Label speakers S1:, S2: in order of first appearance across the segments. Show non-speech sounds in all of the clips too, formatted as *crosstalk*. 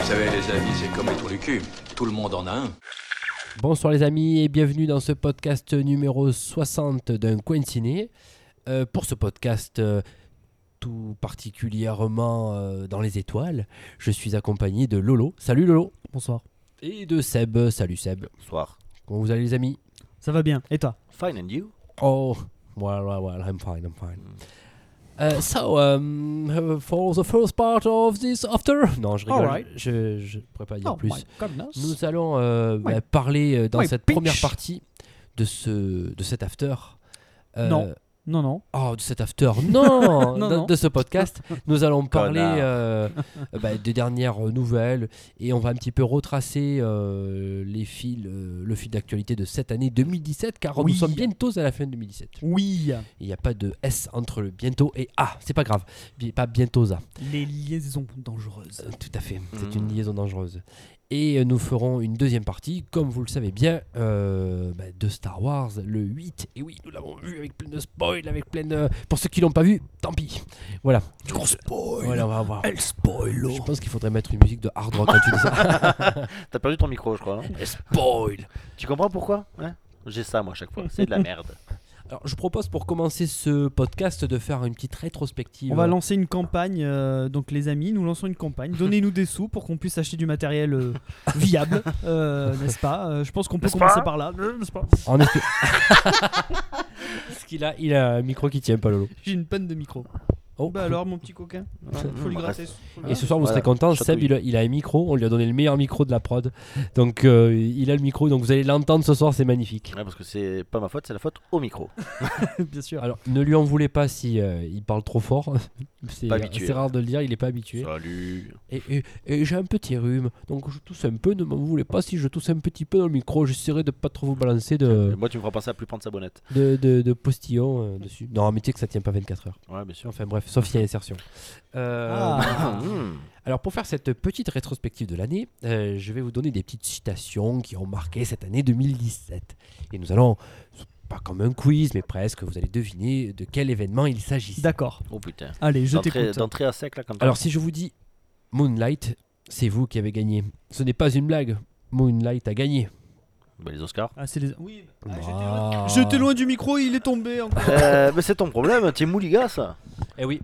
S1: Vous savez, les amis, c'est comme les trous du cul. Tout le monde en a un.
S2: Bonsoir les amis et bienvenue dans ce podcast numéro 60 d'un coin de ciné. Euh, pour ce podcast euh, tout particulièrement euh, dans les étoiles, je suis accompagné de Lolo. Salut Lolo.
S3: Bonsoir.
S2: Et de Seb. Salut Seb.
S4: Bonsoir.
S2: Comment vous allez les amis
S3: Ça va bien. Et toi
S4: Fine and you
S2: Oh, well, well, well, I'm fine, I'm fine. Uh, so, um, uh, for the first part of this after. Non, je rigole.
S3: Alright.
S2: Je, je pourrais pas dire
S3: Oh
S2: plus.
S3: my goodness.
S2: Nous allons euh, bah,
S3: Ouais.
S2: parler euh, dans
S3: Ouais,
S2: cette
S3: bitch.
S2: première partie de ce de cet after. Euh,
S3: Non. Non, non.
S2: Oh, de cet after.
S3: *laughs*
S2: Non,
S3: Non,
S2: de,
S3: non.
S2: de ce podcast. Nous allons parler
S4: Connard.
S2: euh, euh, bah, des dernières nouvelles et on va un petit peu retracer euh, les fils, euh, le fil d'actualité de cette année 2017, car
S3: Oui.
S2: nous sommes bientôt à la fin de 2017.
S3: Oui.
S2: Il n'y a pas de S entre le bientôt et A. C'est pas grave. Bi- Pas bientôt ça.
S3: Les liaisons dangereuses.
S2: Euh, Tout à fait. C'est
S4: Mhm.
S2: une liaison dangereuse. Et euh, nous ferons une deuxième partie, comme vous le savez bien, euh, bah, de Star Wars le 8. Et oui, nous l'avons vu avec plein de spoil, avec plein de. Pour ceux qui l'ont pas vu, tant pis. Voilà. Voilà, on va voir.
S3: Elle spoil.
S2: Je pense qu'il faudrait mettre une musique de hard rock quand tu dis ça.
S4: T'as perdu ton micro,
S2: *laughs*
S4: je crois. non
S2: spoil.
S4: tu comprends pourquoi hein J'ai ça, moi, à chaque fois. C'est de
S2: *laughs*
S4: la merde.
S2: Alors, je propose pour commencer ce podcast de faire une petite rétrospective.
S3: On va lancer une campagne, euh, donc les amis, nous lançons une campagne. Donnez-nous des sous pour qu'on puisse acheter du matériel *laughs* euh, viable, euh, n'est-ce pas Euh, Je pense qu'on peut
S5: N'est-ce
S3: commencer
S5: pas
S3: par là. Euh, n'est-ce pas
S2: En effet. *laughs* Parce qu'il a, il a un micro qui tient pas, Lolo.
S3: J'ai une panne de micro.
S2: Oh.
S3: Bah alors, mon petit coquin, *laughs* faut lui gratter. faut lui
S2: Et ce soir, vous
S4: Voilà,
S2: serez content. Seb,
S4: chatouille.
S2: il a, il a un micro. On lui a donné le meilleur micro de la prod. Donc, euh, il a le micro. Donc, vous allez l'entendre ce soir. C'est magnifique.
S4: Ouais, parce que c'est pas ma faute, c'est la faute au micro.
S3: gratter. *laughs* Bien sûr. Euh,
S2: Alors, ne lui en voulez pas si euh, il parle trop fort. *laughs* C'est
S4: Pas habitué.
S2: c'est rare de le dire. Il est pas habitué.
S4: Salut.
S2: Et, et- et j'ai un petit rhume. Donc, je tousse un peu. Ne m'en voulez pas si je tousse un petit peu dans le micro. J'essaierai de pas trop vous balancer de,
S4: Moi, tu me feras penser à plus prendre sa bonnette.
S2: de, de, de postillons euh, dessus. Non, mais tu sais que ça tient pas 24 heures.
S4: Ouais, bien sûr.
S2: Enfin, bref, sauf s'il y a insertion. Euh,
S3: Ah.
S4: Hmm.
S2: Alors pour faire cette petite rétrospective de l'année, euh, je vais vous donner des petites citations qui ont marqué cette année 2017. Et nous allons, pas comme un quiz, mais presque, vous allez deviner de quel événement il s'agit.
S3: D'accord.
S4: *coughs* Oh putain.
S3: Allez, je
S4: D'entrée
S3: t'écoute.
S4: d'entrée à sec, là, comme ça.
S2: Alors si je vous dis Moonlight, c'est vous qui avez gagné. Ce n'est pas une blague. Moonlight a gagné.
S4: Bah, les Oscars.
S3: Ah, c'est les. Oui. bah, j'étais loin-
S2: Ah.
S3: J'étais loin du micro, il est tombé. encore.
S4: Euh, mais c'est ton problème, t'es mouliga, ça.
S2: Eh oui,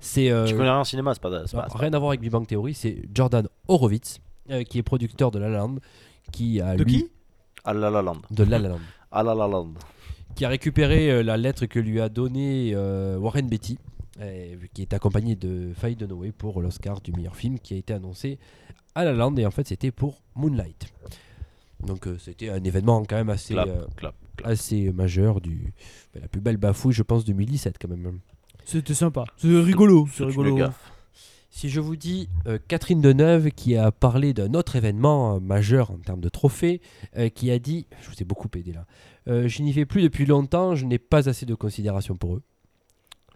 S2: c'est... euh, Ah.
S4: Tu connais rien en cinéma, c'est pas. c'est
S2: non,
S4: pas- c'est pas-
S2: rien à voir avec Big Bang Theory, c'est Jordan Horowitz, euh, qui est producteur de La La Land, qui a
S3: De
S2: lui-
S3: qui
S4: Ah la la land.
S2: De La La Land.
S4: Ah la la land.
S2: qui a récupéré euh, la lettre que lui a donnée euh, Warren Beatty, euh, qui est accompagné de Faye Dunaway pour l'Oscar du meilleur film qui a été annoncé à La La Land et en fait c'était pour Moonlight. Donc euh, c'était un événement quand même assez,
S4: Clap,
S2: euh,
S4: clap, clap.
S2: assez majeur du ben, la plus belle bafouille je pense 2017 quand même.
S3: C'était sympa. C'est rigolo.
S4: Tu
S3: C'est
S4: me
S3: rigolo.
S4: gaffes.
S2: Si je vous dis euh, Catherine Deneuve qui a parlé d'un autre événement euh, majeur en termes de trophée, euh, qui a dit, je vous ai beaucoup aidé là, Euh, je n'y vais plus depuis longtemps, je n'ai pas assez de considération pour eux.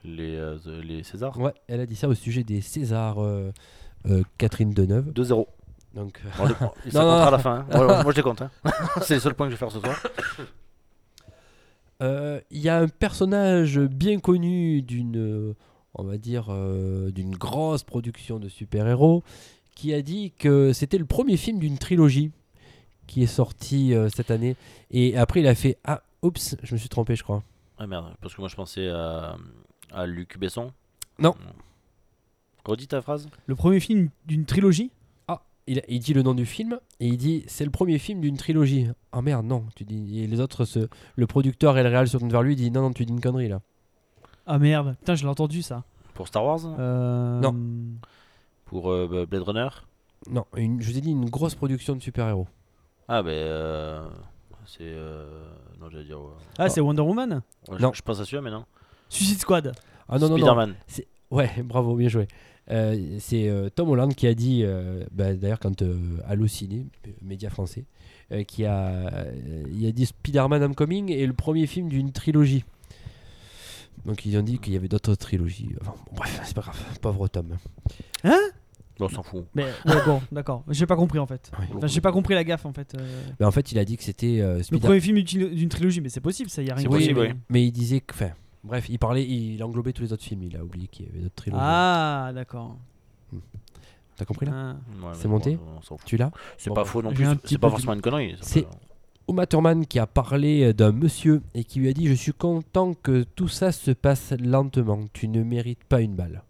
S4: Les, euh, the- les Césars.
S2: Ouais, elle a dit ça au sujet des Césars euh, euh, Catherine Deneuve.
S4: 2-0.
S2: Donc, euh,
S4: Bon, les- Ils se
S2: *laughs* Non, non,
S4: comptera
S2: non.
S4: à la fin. hein. Ouais, ouais, moi, je
S2: *laughs*
S4: les compte. hein. c'est les seuls points que je vais faire ce soir.
S2: euh, il y a un personnage bien connu d'une, euh, on va dire, euh, d'une grosse production de super-héros qui a dit que c'était le premier film d'une trilogie qui est sorti euh, cette année. Et après, il a fait Ah, oups, je me suis trompé, je crois.
S4: Ah merde, parce que moi je pensais à, à Luc Besson. Mmh.
S2: Non.
S4: Redis ta phrase.
S3: Le premier film d'une trilogie
S2: Ah, il, il dit le nom du film et il dit c'est le premier film d'une trilogie. Ah merde, non. Tu dis, et les autres, se- le producteur et le réal se tournent vers lui et disent Non, non, tu dis une connerie là.
S3: Ah merde, putain, je l'ai entendu ça.
S4: Pour Star Wars
S3: Euh...
S2: Non.
S4: Pour euh, bah, Blade Runner
S2: Non, une- je vous ai dit une grosse production de super-héros.
S4: Ah ben. euh, c'est. euh, non, j'allais dire. ouais.
S3: Ah, c'est Wonder Woman
S4: Ouais,
S2: Non.
S4: Je, je pense à celui-là, mais non.
S3: Suicide Squad
S2: Ah non, non, non.
S4: Spider-Man.
S2: Ouais, *laughs* bravo, bien joué. Euh, c'est euh, Tom Holland qui a dit, euh, bah, d'ailleurs, quand euh, Allociné, euh, média français, euh, qui a, euh, il a dit Spider-Man Homecoming est le premier film d'une trilogie. Donc ils ont dit qu'il y avait d'autres trilogies. Enfin, bon, bref, c'est pas grave, pauvre Tom.
S4: Bon, Bah, on s'en fout.
S3: Mais
S4: *laughs*
S3: ouais, bon, d'accord. J'ai pas compris en fait. Enfin, j'ai pas compris la gaffe en fait. euh,
S2: Mais en fait, il a dit que c'était euh,
S3: le
S2: Spider-Man.
S3: premier film d'une d'une trilogie, mais c'est possible, ça y a rien.
S4: C'est
S3: qui-
S4: possible, oui.
S2: Mais il disait que. Enfin, bref, il parlait, il englobait tous les autres films. Il a oublié qu'il y avait d'autres trilogies.
S3: Ah, d'accord.
S2: T'as compris là
S3: Ah.
S4: Ouais,
S2: C'est
S4: mais
S2: monté
S4: bon, on s'en fout.
S2: Tu l'as
S4: C'est
S2: Bon,
S4: pas
S2: bah,
S4: faux non
S2: j'ai
S4: plus.
S2: un
S4: c'est-
S2: petit
S4: C'est pas
S2: peu
S4: forcément une connerie. ça
S2: C'est-
S4: peut-
S2: Uma Thurman qui a parlé euh, d'un monsieur et qui lui a dit Je suis content que tout ça se passe lentement. Tu ne mérites pas une balle.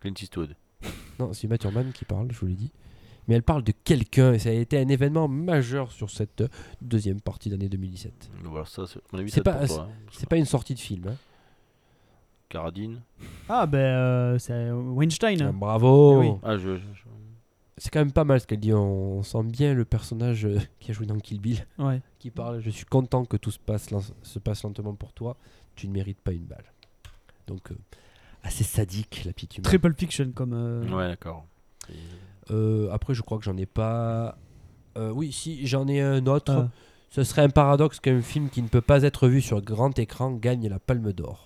S4: Clint Eastwood.
S2: Non, c'est Uma Thurman qui parle, je vous l'ai dit. Mais elle parle de quelqu'un et ça a été un événement majeur sur cette euh, deuxième partie d'année 2017.
S4: Voilà, ça, c'est- à mon avis,
S2: C'est
S4: c'est
S2: pas-
S4: pas. Pour toi, hein.
S2: C'est pas une sortie de film. hein.
S4: Caradine.
S3: Ah, ben euh, c'est Weinstein.
S2: Ah, bravo
S3: Eh oui.
S4: Ah, je. je- je-
S2: C'est quand même pas mal ce qu'elle dit. On, on sent bien le personnage euh, *laughs* qui a joué dans Kill Bill
S3: Ouais.
S2: qui parle Je suis content que tout se passe, len- se passe lentement pour toi. Tu ne mérites pas une balle. Donc, euh, assez sadique la petite humaine.
S3: Triple Fiction comme. euh,
S4: Ouais, d'accord.
S2: Euh, après, je crois que j'en ai pas. Euh, oui, si, j'en ai un autre.
S3: Ah.
S2: Ce serait un paradoxe qu'un film qui ne peut pas être vu sur grand écran gagne la Palme d'Or.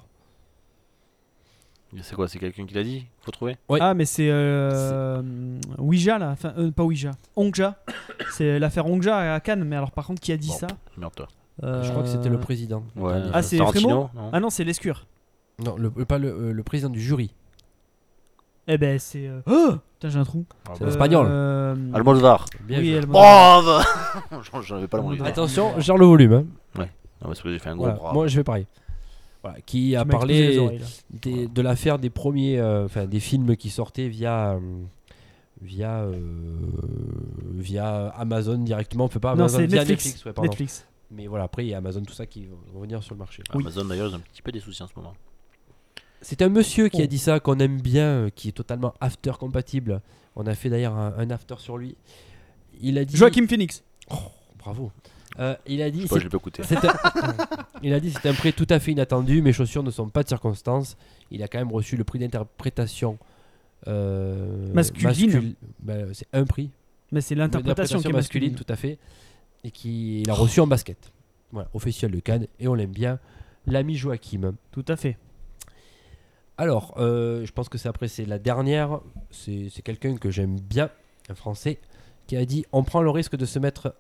S4: C'est quoi C'est quelqu'un qui l'a dit Faut trouver
S2: Ouais.
S3: Ah, mais c'est euh, Ouija là, enfin euh, pas Ouija, Ongja. C'est l'affaire Ongja à Cannes, mais alors par contre qui a dit
S4: Bon.
S3: ça
S4: Merde, toi.
S2: Je crois que c'était le
S3: Euh,
S2: président.
S4: Ouais.
S3: Ah, c'est
S4: Tarantino non
S3: Ah non, c'est l'escure.
S2: Non, le, le- pas le, euh, le président du jury.
S3: Eh ben c'est. euh, Oh Putain, j'ai un trou.
S4: Ah,
S2: c'est
S4: bah.
S3: Euh,
S2: espagnol.
S3: euh,
S4: Almodovar.
S2: Bien
S3: oui,
S2: joué.
S3: elle-
S4: Oh bah. J'en- J'en avais pas le nom.
S3: Almodovar.
S2: Attention, gère le volume. hein.
S4: Ah, bah, c'est parce que j'ai fait un gros
S2: Voilà,
S4: bras.
S2: Moi, je vais pareil. Voilà, qui a
S3: tu m'as explosé les
S2: parlé
S3: oreilles, là.
S2: des- de l'affaire des premiers, euh, enfin des films qui sortaient via, euh, via, euh, via Amazon directement. On peut pas
S3: Non,
S2: Amazon
S3: c'est Netflix.
S2: via ah, bah, Netflix, ouais, pardon.
S3: Netflix.
S2: Mais voilà, après, il y a Amazon, tout ça qui vont vont venir sur le marché.
S3: Oui.
S4: Amazon d'ailleurs, ils ont un petit peu des soucis en ce moment.
S2: C'est un monsieur qui
S3: Oh.
S2: a dit ça, qu'on aime bien, euh, qui est totalement after compatible. On a fait d'ailleurs un, un after sur lui. Il a dit.
S3: Joachim Phoenix.
S2: Bravo. Euh, il a dit.
S4: Moi,
S2: c'est-
S4: je l'ai pas écouté.
S2: c'est un- *laughs* il a dit c'est un prêt tout à fait inattendu. Mes chaussures ne sont pas de circonstance. Il a quand même reçu le prix d'interprétation euh,
S3: Masculine.
S2: mascul- bah, c'est un prix.
S3: Mais c'est l'interprétation qui est masculine.
S2: tout à fait, et qu'il a reçu en basket. Voilà, officiel de Cannes, et on l'aime bien, l'ami Joachim.
S3: Tout à fait.
S2: Alors, euh, je pense que c'est après, c'est la dernière, c'est c'est quelqu'un que j'aime bien, un Français, qui a dit, on prend le risque de se mettre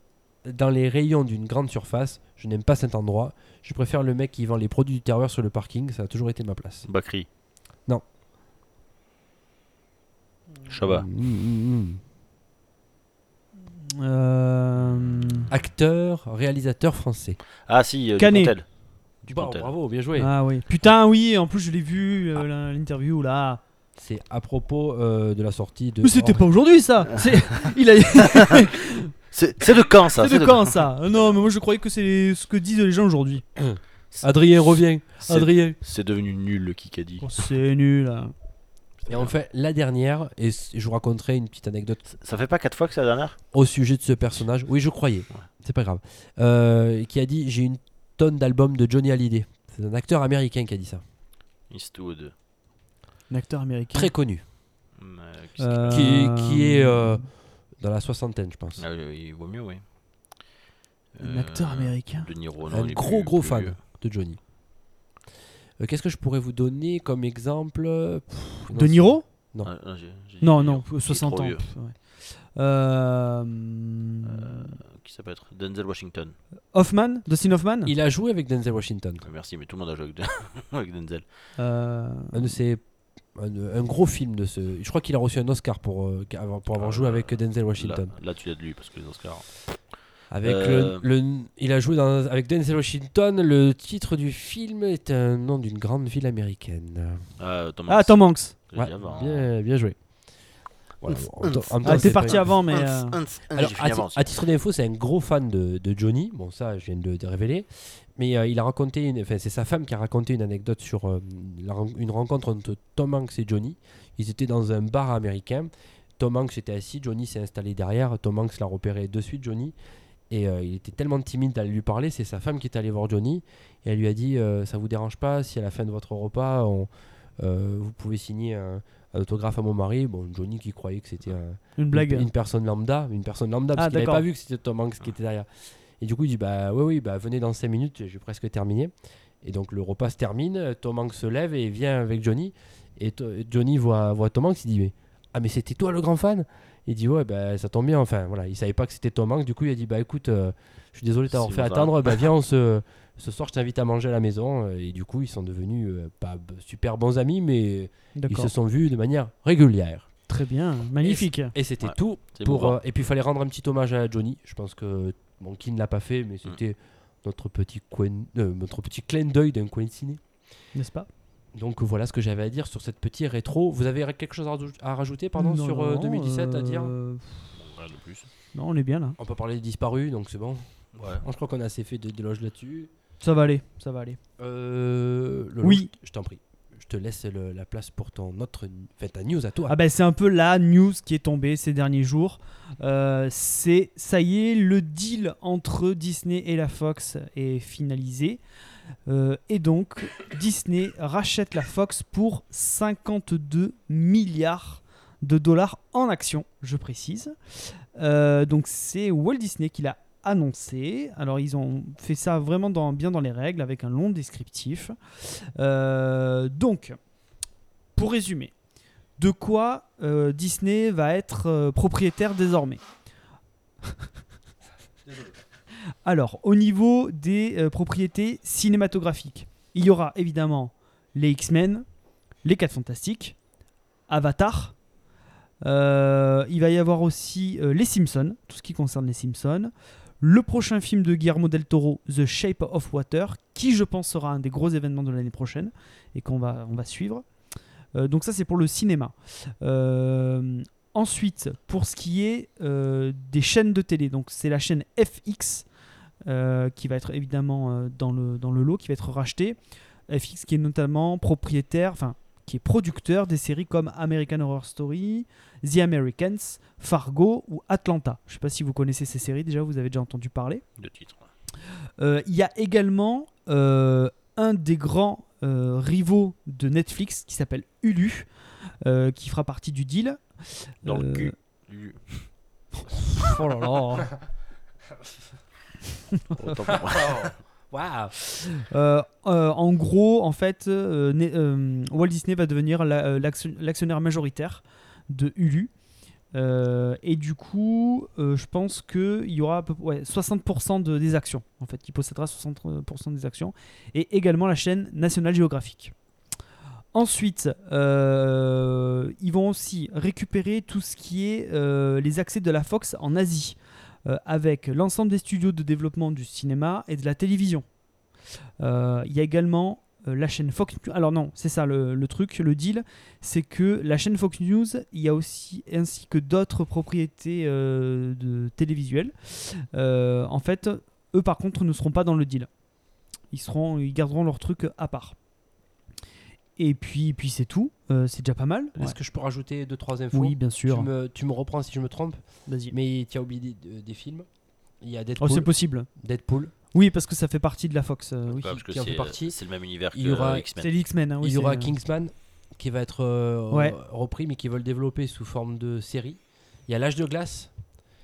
S2: dans les rayons d'une grande surface, je n'aime pas cet endroit, je préfère le mec qui vend les produits du terroir sur le parking, ça a toujours été ma place.
S4: Bakri.
S2: Non.
S4: Chabat.
S3: Mmh,
S2: Mm, mm, mm.
S3: Euh,
S2: Acteur, réalisateur français.
S4: Ah si, euh,
S3: Canet.
S4: Dupontel.
S2: Bravo,
S4: Dupontel.
S2: bravo, bien joué.
S3: Ah oui. Putain, oui. En plus, je l'ai vu
S2: Ah.
S3: euh, l'in- l'interview là.
S2: C'est à propos euh, de la sortie de...
S3: Mais c'était
S2: Or-
S3: pas aujourd'hui ça.
S2: Ah.
S3: C'est- Il a.
S4: C'est c'est de quand ça
S3: C'est de quand ça Euh, Non, mais moi je croyais que c'est ce que disent les gens aujourd'hui.
S2: Adrien, reviens.
S4: C'est-
S2: Adrien.
S4: C'est devenu nul le Kikadi.
S3: Oh, c'est nul. hein.
S2: Et enfin, la dernière, et c- je vous raconterai une petite anecdote
S4: Ça fait pas 4 fois que c'est la dernière
S2: au sujet de ce personnage. Oui, je croyais. C'est pas grave. Euh, qui a dit J'ai une tonne d'albums de Johnny Hallyday. C'est un acteur américain qui a dit ça.
S4: Eastwood.
S3: Un acteur américain.
S2: Très connu.
S4: Hum, euh, qu'est-ce
S3: Euh,
S2: Qui, qui est euh, dans la soixantaine, je pense.
S4: qu'il- Ah, euh, il vaut mieux, oui.
S3: Un
S4: Euh,
S3: acteur américain.
S4: De Niro, non,
S2: Un
S4: il est
S2: gros,
S4: plus-
S2: gros
S4: plus
S2: fan
S4: vieux.
S2: de Johnny. Euh, Qu'est-ce que je pourrais vous donner comme exemple Pff, non,
S3: De Niro
S2: Non.
S4: Ah, non, j'ai- j'ai dit
S3: Non,
S4: Niro.
S3: non,
S4: Il est
S3: 60
S4: trop
S3: ans.
S4: vieux.
S3: pff, ouais. Euh, hum,
S4: Euh, Qui ça peut être Denzel Washington.
S3: Hoffman Dustin Hoffman
S2: Il a joué avec Denzel Washington.
S4: Merci, mais tout le monde a joué avec, *laughs* Den- avec Denzel.
S3: Euh,
S2: Un de ses- un, un gros film de ce. Je crois qu'il a reçu un Oscar pour, euh, pour avoir joué avec Denzel
S4: Là,
S2: Washington.
S4: là, tu l'as de lui parce que les Oscars.
S2: Avec
S4: Euh,
S2: le, le- il a joué dans, avec Denzel Washington. Le titre du film est un nom d'une grande ville américaine.
S4: Ah, Tom
S3: Ah,
S4: Hanks.
S3: Tom Hanks.
S4: Je l'ai
S2: Ouais,
S4: dit avant.
S2: bien, bien joué. Voilà, en- en- en même temps,
S3: Ah,
S2: c'est
S3: T'es
S2: pas-
S3: parti avant, mais. euh,
S2: Alors,
S4: j'ai
S2: à,
S4: fini avant
S2: ti- à titre d'info, c'est un gros fan de, de Johnny. Bon, ça, je viens de, de révéler. Mais euh, il a raconté, une- enfin, c'est sa femme qui a raconté une anecdote sur euh, la ren- une rencontre entre Tom Hanks et Johnny. Ils étaient dans un bar américain. Tom Hanks était assis, Johnny s'est installé derrière. Tom Hanks l'a repéré de suite, Johnny. Et euh, il était tellement timide à lui parler, c'est sa femme qui est allée voir Johnny. Et elle lui a dit euh, Ça vous dérange pas si à la fin de votre repas, on- euh, vous pouvez signer un, autographe à mon mari. Bon, Johnny qui croyait que c'était un-
S3: euh, Une blague.
S2: une personne lambda, une personne lambda,
S3: Ah,
S2: parce qu'il n'avait
S3: d'accord.
S2: pas vu que c'était Tom Hanks qui était derrière. Et du coup, il dit bah oui, oui, bah venez dans 5 minutes, j'ai presque terminé. Et donc le repas se termine, Tom Hanks se lève et vient avec Johnny. Et To- Johnny voit, voit Tom Hanks, il dit mais, ah mais c'était toi le grand fan Il dit ouais, bah ça tombe bien. Enfin voilà, il savait pas que c'était Tom Hanks. Du coup, il a dit bah écoute, euh, je suis désolé de t'avoir
S4: Si
S2: fait
S4: vous en-
S2: attendre. Bah viens, on se ce soir, je t'invite à manger à la maison. Et du coup, ils sont devenus euh, pas b- super bons amis, mais ils
S3: D'accord.
S2: se sont vus de manière régulière.
S3: Très bien. Magnifique.
S2: Et c'était
S4: Ouais.
S2: tout
S4: C'est hein.
S2: pour,
S4: émouvant.
S2: euh, et puis il fallait rendre un petit hommage à Johnny. Je pense que bon, qui ne l'a pas fait,
S4: Mm.
S2: mais c'était notre petit coin- euh, notre petit clin d'œil d'un coin de ciné.
S3: N'est-ce pas
S2: Donc voilà ce que j'avais à dire sur cette petite rétro. Vous avez quelque chose à, rajou- à rajouter pardon
S3: Non,
S2: sur
S3: non,
S2: euh,
S3: non,
S2: 2017 à dire
S3: euh,
S4: Rien de plus.
S3: Non, on est bien là.
S2: On peut parler des disparus, donc c'est bon.
S4: Ouais.
S2: Je crois qu'on a assez fait de d'éloges là-dessus.
S3: Ça va aller. Ça va aller.
S2: Euh, Lolo,
S3: Oui.
S2: je t- Je t'en prie. Je te laisse le- la place pour ton autre, enfin, ta news à toi.
S3: Ah ben c'est un peu la news qui est tombée ces derniers jours. Euh, c'est ça y est, le deal entre Disney et la Fox est finalisé. Euh, et donc Disney rachète la Fox pour 52 milliards de dollars en actions, je précise. Euh, donc c'est Walt Disney qui l'a annoncé. Alors ils ont fait ça vraiment dans- bien dans les règles avec un long descriptif. Euh, donc, pour résumer, de quoi euh, Disney va être euh, propriétaire désormais. Alors, au niveau des euh, propriétés cinématographiques, il y aura évidemment les X-Men, les 4 Fantastiques, Avatar, euh, il va y avoir aussi euh, les Simpsons, tout ce qui concerne les Simpsons, le prochain film de Guillermo del Toro, The Shape of Water, qui je pense sera un des gros événements de l'année prochaine et qu'on va, on va suivre. Euh, donc ça c'est pour le cinéma. Euh, ensuite, pour ce qui est euh, des chaînes de télé, donc c'est la chaîne FX euh, qui va être évidemment euh, dans, le, dans le lot, qui va être rachetée. FX qui est notamment propriétaire, enfin qui est producteur des séries comme American Horror Story, The Americans, Fargo ou Atlanta. Je ne sais pas si vous connaissez ces séries déjà, vous avez déjà entendu parler.
S4: De titre. ouais.
S3: Euh, Il y a également euh, un des grands euh, rivaux de Netflix qui s'appelle Hulu, euh, qui fera partie du deal.
S4: Dans
S3: Euh,
S4: le cul. Du-
S3: Oh là là. Ah.
S4: Autant pour moi.
S2: *laughs* Waouh.
S3: Euh, euh, en gros, en fait, euh, né- euh, Walt Disney va devenir la- euh, l'action- l'actionnaire majoritaire de Hulu. Euh, et du coup, euh, je pense qu'il y aura à peu, ouais, 60% de- des actions, en fait, qui possédera 60% des actions, et également la chaîne National Geographic. Ensuite, euh, ils vont aussi récupérer tout ce qui est euh, les accès de la Fox en Asie, euh, avec l'ensemble des studios de développement du cinéma et de la télévision. Euh, Il y a également euh, la chaîne Fox News. Alors non, c'est ça le, le truc, le deal, c'est que la chaîne Fox News, il y a aussi ainsi que d'autres propriétés euh, de télévisuelles. Euh, en fait, eux par contre ne seront pas dans le deal. Ils seront, ils garderont leur truc à part. Et puis, puis c'est tout. Euh, c'est déjà pas mal.
S2: Est-ce que je peux rajouter deux trois infos
S3: Oui, bien
S2: tu
S3: sûr.
S2: me, tu me reprends si je me trompe,
S3: Vas-y.
S2: mais tu as oublié des, des films. Il y a
S3: Oh,
S2: Deadpool.
S3: c'est possible.
S2: Deadpool.
S3: Oui, parce que ça fait partie de la Fox. euh, oui.
S4: Ouais, parce que
S2: qui en fait
S4: c'est-
S2: partie.
S4: C'est le même univers que
S2: Il y aura-
S4: euh,
S3: C'est
S4: X-Men.
S3: les X-Men. hein, oui,
S2: il y aura
S3: c'est-
S2: Kingsman qui va être euh,
S3: Ouais.
S2: repris mais qui veulent développer sous forme de série. Il y a l'âge de glace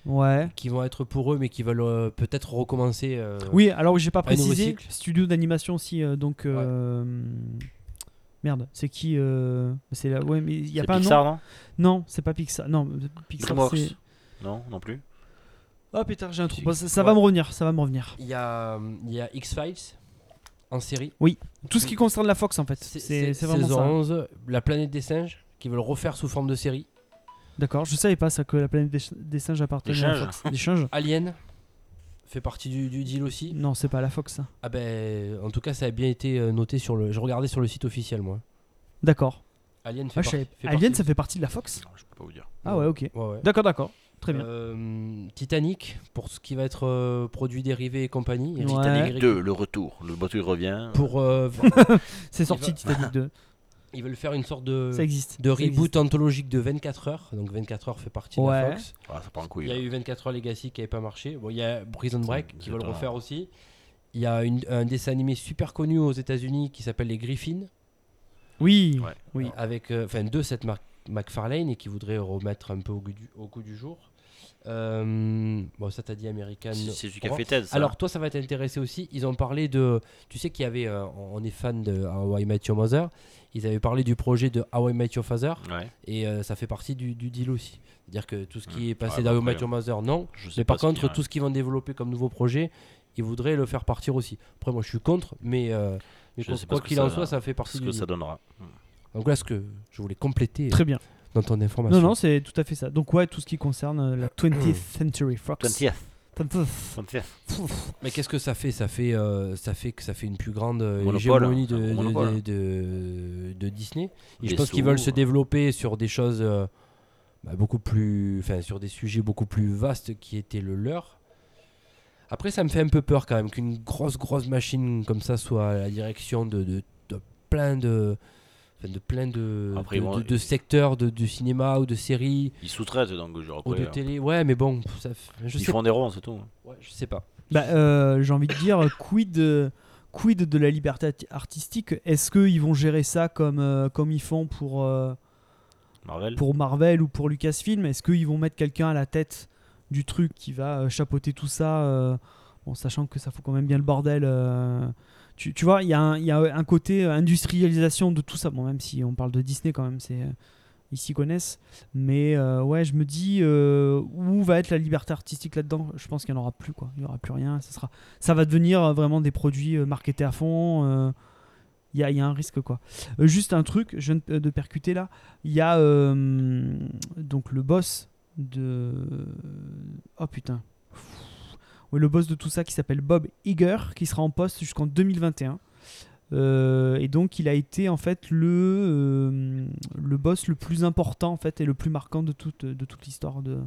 S3: Ouais.
S2: qui vont être pour eux mais qui veulent euh, peut-être recommencer. euh,
S3: Oui, alors j'ai pas
S2: nouveau
S3: précisé.
S2: cycle.
S3: Studio d'animation aussi, euh, donc. euh, Merde, c'est qui euh, C'est là. Ouais, mais il y a
S4: C'est
S3: pas un
S4: Pixar,
S3: nom.
S4: non
S3: Non, c'est pas Pixar. Non, euh, Pixar.
S4: DreamWorks.
S3: c'est-
S4: Non, non plus.
S3: Oh putain, j'ai un trou.
S4: C'est-
S3: Bon, ça ça
S2: ouais.
S3: va me revenir, ça va me revenir.
S2: Il y a, euh, il y a X-Files en série. Hum.
S3: Tout ce qui concerne la Fox en fait, c'est c'est vraiment
S2: saison
S3: ça.
S2: 11, la planète des singes qui veulent refaire sous forme de série.
S3: D'accord, je savais pas ça que la planète des, ch- des singes appartenait
S4: Des
S3: à la
S4: singes.
S3: Fox. Des singes
S2: *laughs* Alien fait partie du, du deal aussi.
S3: Non, c'est pas la Fox. ça.
S2: Ah ben, en tout cas, ça a bien été euh, noté sur le. Je regardais sur le site officiel, moi.
S3: D'accord.
S2: Alien fait,
S3: Ah, je
S2: par-
S3: savais-
S2: fait
S3: Alien,
S2: partie-
S3: ça fait partie de la Fox
S4: Non, je peux pas vous dire.
S3: Ah ouais, ok.
S2: Ouais, ouais.
S3: D'accord, d'accord. Très bien.
S2: Euh, Titanic, pour ce qui va être euh, produit dérivé et compagnie. Et
S3: Ouais.
S2: Titanic
S4: 2, le retour. Le bateau il revient.
S2: Ah, Pour, euh, *laughs*
S3: C'est
S2: va-
S3: sorti Titanic
S2: *laughs*
S3: 2.
S2: ils veulent faire une sorte de,
S3: Ça existe.
S2: de
S3: Ça existe.
S2: reboot anthologique de 24 heures. Donc 24 heures fait partie de la
S3: Ouais.
S2: Fox.
S4: Ah, ça part en
S2: Il
S4: couille.
S2: y a
S4: là.
S2: eu 24 heures Legacy qui n'avait pas marché. Bon, il y a Prison Break qui
S4: c'est
S2: veulent
S4: pas-
S2: refaire aussi. Il y a une- un dessin animé super connu aux États-Unis qui s'appelle Les Griffins.
S3: Oui.
S4: Ouais.
S3: Oui.
S2: Avec, euh, enfin, de cette marque McFarlane et qui voudrait remettre un peu au goût du, au goût du jour. Euh, bon, ça t'a dit American.
S4: C'est c'est du
S2: Horror.
S4: café Ted, ça.
S2: euh, Alors toi, ça va t'intéresser aussi. Ils ont parlé de, tu sais qu'il y avait, euh, on est fan de How I Met Your Mother. Ils avaient parlé du projet de How I Met Your Father
S4: Ouais.
S2: et euh, ça fait partie du, du deal aussi. C'est-à-dire que tout ce qui
S4: Hmm.
S2: est passé
S4: Ouais,
S2: dans
S4: bah,
S2: How I Met
S4: après,
S2: Your Mother, non.
S4: Je sais
S2: Mais
S4: pas
S2: par
S4: ce qu'il y
S2: contre,
S4: a.
S2: tout ce qu'ils vont développer comme nouveau projet, ils voudraient le faire partir aussi. Après, moi, je suis contre, mais, euh, mais
S4: Je
S2: quoi
S4: sais pas
S2: quoi
S4: ce que
S2: qu'il en
S4: ça-
S2: soit, ça fait
S4: ce
S2: partie
S4: que
S2: du
S4: ça
S2: deal.
S4: donnera.
S2: Donc là, ce que je voulais compléter euh,
S3: Très bien.
S2: dans ton information.
S3: Non, non, c'est tout à fait ça. Donc, ouais, tout ce qui concerne euh, la 20th Century Fox.
S4: 20th.
S3: 20th.
S4: 20th.
S2: Mais qu'est-ce que ça fait ça fait, euh, ça fait que ça fait une plus grande euh,
S4: Monopole,
S2: hégémonie de,
S4: un
S2: de-
S4: gros
S2: de-
S4: monopole.
S2: de- de Disney. Et je
S4: Des
S2: pense qu'ils
S4: sous,
S2: veulent se
S4: ouais.
S2: développer sur des choses euh, bah, beaucoup plus, enfin sur des sujets beaucoup plus vastes qui étaient le leur. Après, ça me fait un peu peur quand même qu'une grosse grosse machine comme ça soit à la direction de, de- de plein de enfin, de plein de,
S4: Après,
S2: de,
S4: ils vont-
S2: de- de secteurs de, du cinéma ou de séries
S4: Ils sous-traitent donc je
S2: ou de
S4: reconnais. hein.
S2: télé. Ouais, mais bon, pff, ça, f- je
S4: Ils
S2: sais,
S4: font des ronds, c'est tout.
S2: ouais, je sais pas.
S3: Bah, euh, j'ai envie de dire, euh, quid, euh, quid de la liberté arti- artistique Est-ce qu'ils vont gérer ça comme, euh, comme ils font pour, euh,
S4: Marvel.
S3: pour Marvel ou pour Lucasfilm Est-ce qu'ils vont mettre quelqu'un à la tête du truc qui va euh, chapeauter tout ça euh, bon, Sachant que ça fout quand même bien le bordel. euh, tu, tu vois, il y, a un- il y a un côté euh, industrialisation de tout ça. Bon, même si on parle de Disney quand même, c'est. euh, Ils s'y connaissent, mais euh, ouais, je me dis euh, où va être la liberté artistique là-dedans. Je pense qu'il n'y en aura plus, quoi. Il n'y aura plus rien. Ça sera, ça va devenir euh, vraiment des produits euh, marketés à fond. euh, Il y, a, il y a un risque, quoi. Euh, juste un truc, je viens de- euh, de percuter là il y a euh, donc le boss de oh putain oui le boss de tout ça qui s'appelle Bob Iger qui sera en poste jusqu'en 2021 Euh, et donc il a été en fait le euh, le boss le plus important en fait et le plus marquant de toute de toute l'histoire de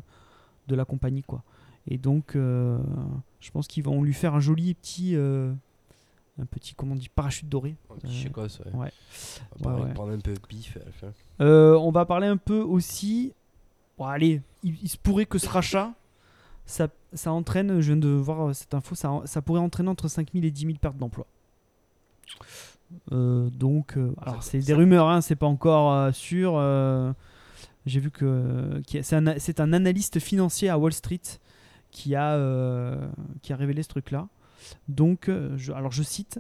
S3: de la compagnie quoi et donc euh, je pense qu'ils vont lui faire un joli petit euh, un petit comment on dit parachute doré
S2: Un
S3: Euh,
S2: petit chécos, ouais.
S3: ouais.
S2: On va
S3: Ouais,
S2: pas-
S3: ouais.
S2: prendre un peu pif à la fin.
S3: Euh, on va parler un peu aussi. Bon, allez, il, il se pourrait que ce rachat, ça, ça entraîne, je viens de voir euh, cette info, ça, en- ça pourrait entraîner entre 5000 et 10 000 pertes d'emploi. Euh, donc, euh, alors c'est des rumeurs, hein, c'est pas encore euh, sûr. euh, J'ai vu que euh, qu'il y a- c'est un, c'est un analyste financier à Wall Street qui a, euh, qui a révélé ce truc-là. Donc, euh, je- alors je cite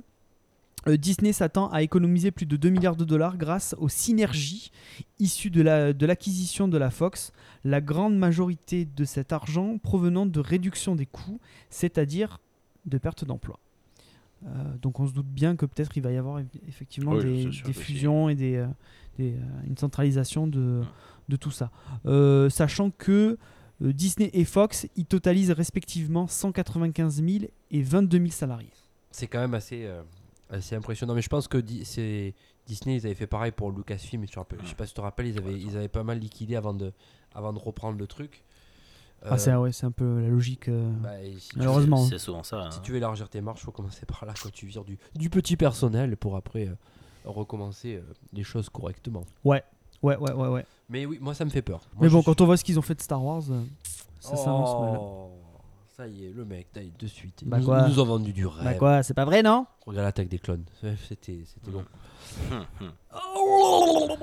S3: euh, Disney s'attend à économiser plus de 2 milliards de dollars grâce aux synergies issues de la- de l'acquisition de, la Fox, la grande majorité de cet argent provenant de réduction des coûts, c'est-à-dire de perte d'emploi. Euh, donc on se doute bien que peut-être il va y avoir eff- effectivement
S4: Oui,
S3: des,
S4: c'est sûr
S3: des
S4: que si.
S3: fusions et des, euh, des, euh, une centralisation de, de tout ça. Euh, sachant que euh, Disney et Fox, ils totalisent respectivement 195 000 et 22 000 salariés.
S2: c'est quand même assez, euh, assez impressionnant. Mais je pense que Di- c'est Disney, ils avaient fait pareil pour Lucasfilm. Je, te rappelle- je sais pas si tu te rappelles, ils avaient, ils avaient pas mal liquidé avant de, avant de reprendre le truc.
S3: Ah,
S2: Euh,
S3: c'est ouais, c'est un peu la logique. euh,
S2: bah, et si tu-
S3: Malheureusement.
S4: C'est souvent ça.
S2: si
S4: hein.
S2: tu veux élargir tes marges, faut commencer par là quand tu vires du, du petit personnel pour après euh, recommencer euh, les choses correctement.
S3: Ouais, ouais, ouais, ouais.
S2: Mais oui, moi ça me fait peur. Moi,
S3: Mais
S2: je
S3: bon,
S2: suis-
S3: quand on voit ce qu'ils ont fait de Star Wars, euh, ça s'annonce mal.
S2: Oh, Ça y est, le mec, t'as eu de suite.
S3: Bah
S2: ils, nous-
S3: quoi
S2: ils nous ont vendu du rêve.
S3: Bah quoi, c'est pas vrai, non
S2: Regarde l'attaque des clones. Ouais, C'était c'était bon.
S4: Hum, hum.
S2: *laughs*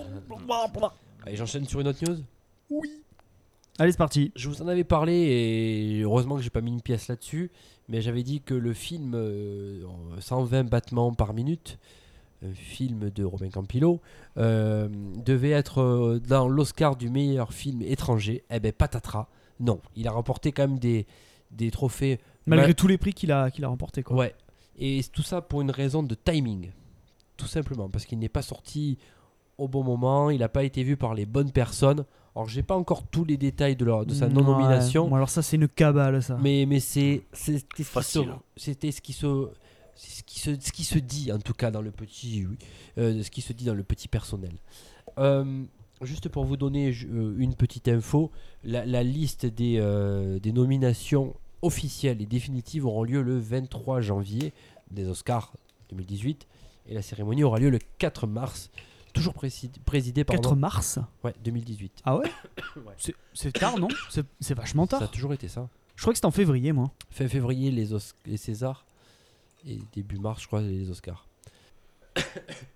S2: Allez, j'enchaîne sur une autre news.
S3: Allez, c'est parti.
S2: Je vous en avais parlé et heureusement que j'ai pas mis une pièce là-dessus, mais j'avais dit que le film euh, en 120 battements par minute, un film de Romain Campillo, euh, devait être euh, dans l'Oscar du meilleur film étranger. Eh ben patatras, non, il a remporté quand même des, des trophées.
S3: Malgré tous les prix qu'il a, qu'il a remporté, quoi.
S2: Ouais. Et c'est tout ça pour une raison de timing. Tout simplement. Parce qu'il n'est pas sorti au bon moment, il n'a pas été vu par les bonnes personnes. Alors, j'ai pas encore tous les détails de, leur- de
S3: Mm,
S2: sa
S3: Ouais.
S2: non-nomination.
S3: Bon, alors ça, c'est une cabale, ça.
S2: Mais, mais c'est c'était ce, qui se-
S4: Facile.
S2: c'était ce qui se c'est ce qui se ce qui se dit en tout cas dans le petit oui, euh, ce qui se dit dans le petit personnel. Euh, juste pour vous donner ju- euh, une petite info, la, la liste des euh, des nominations officielles et définitives auront lieu le 23 janvier des Oscars 2018 et la cérémonie aura lieu le 4 mars. Toujours présidée présidé par
S3: 4 mars
S2: ouais, 2018.
S3: Ah
S2: *coughs*
S3: ouais, C'est- C'est tard, non C'est- C'est vachement
S2: Ça a
S3: tard.
S2: toujours été ça. hein.
S3: Je crois que c'était en février, moi.
S2: Fin février, les, Os- les Césars. *coughs* Et début mars, je crois, les Oscars.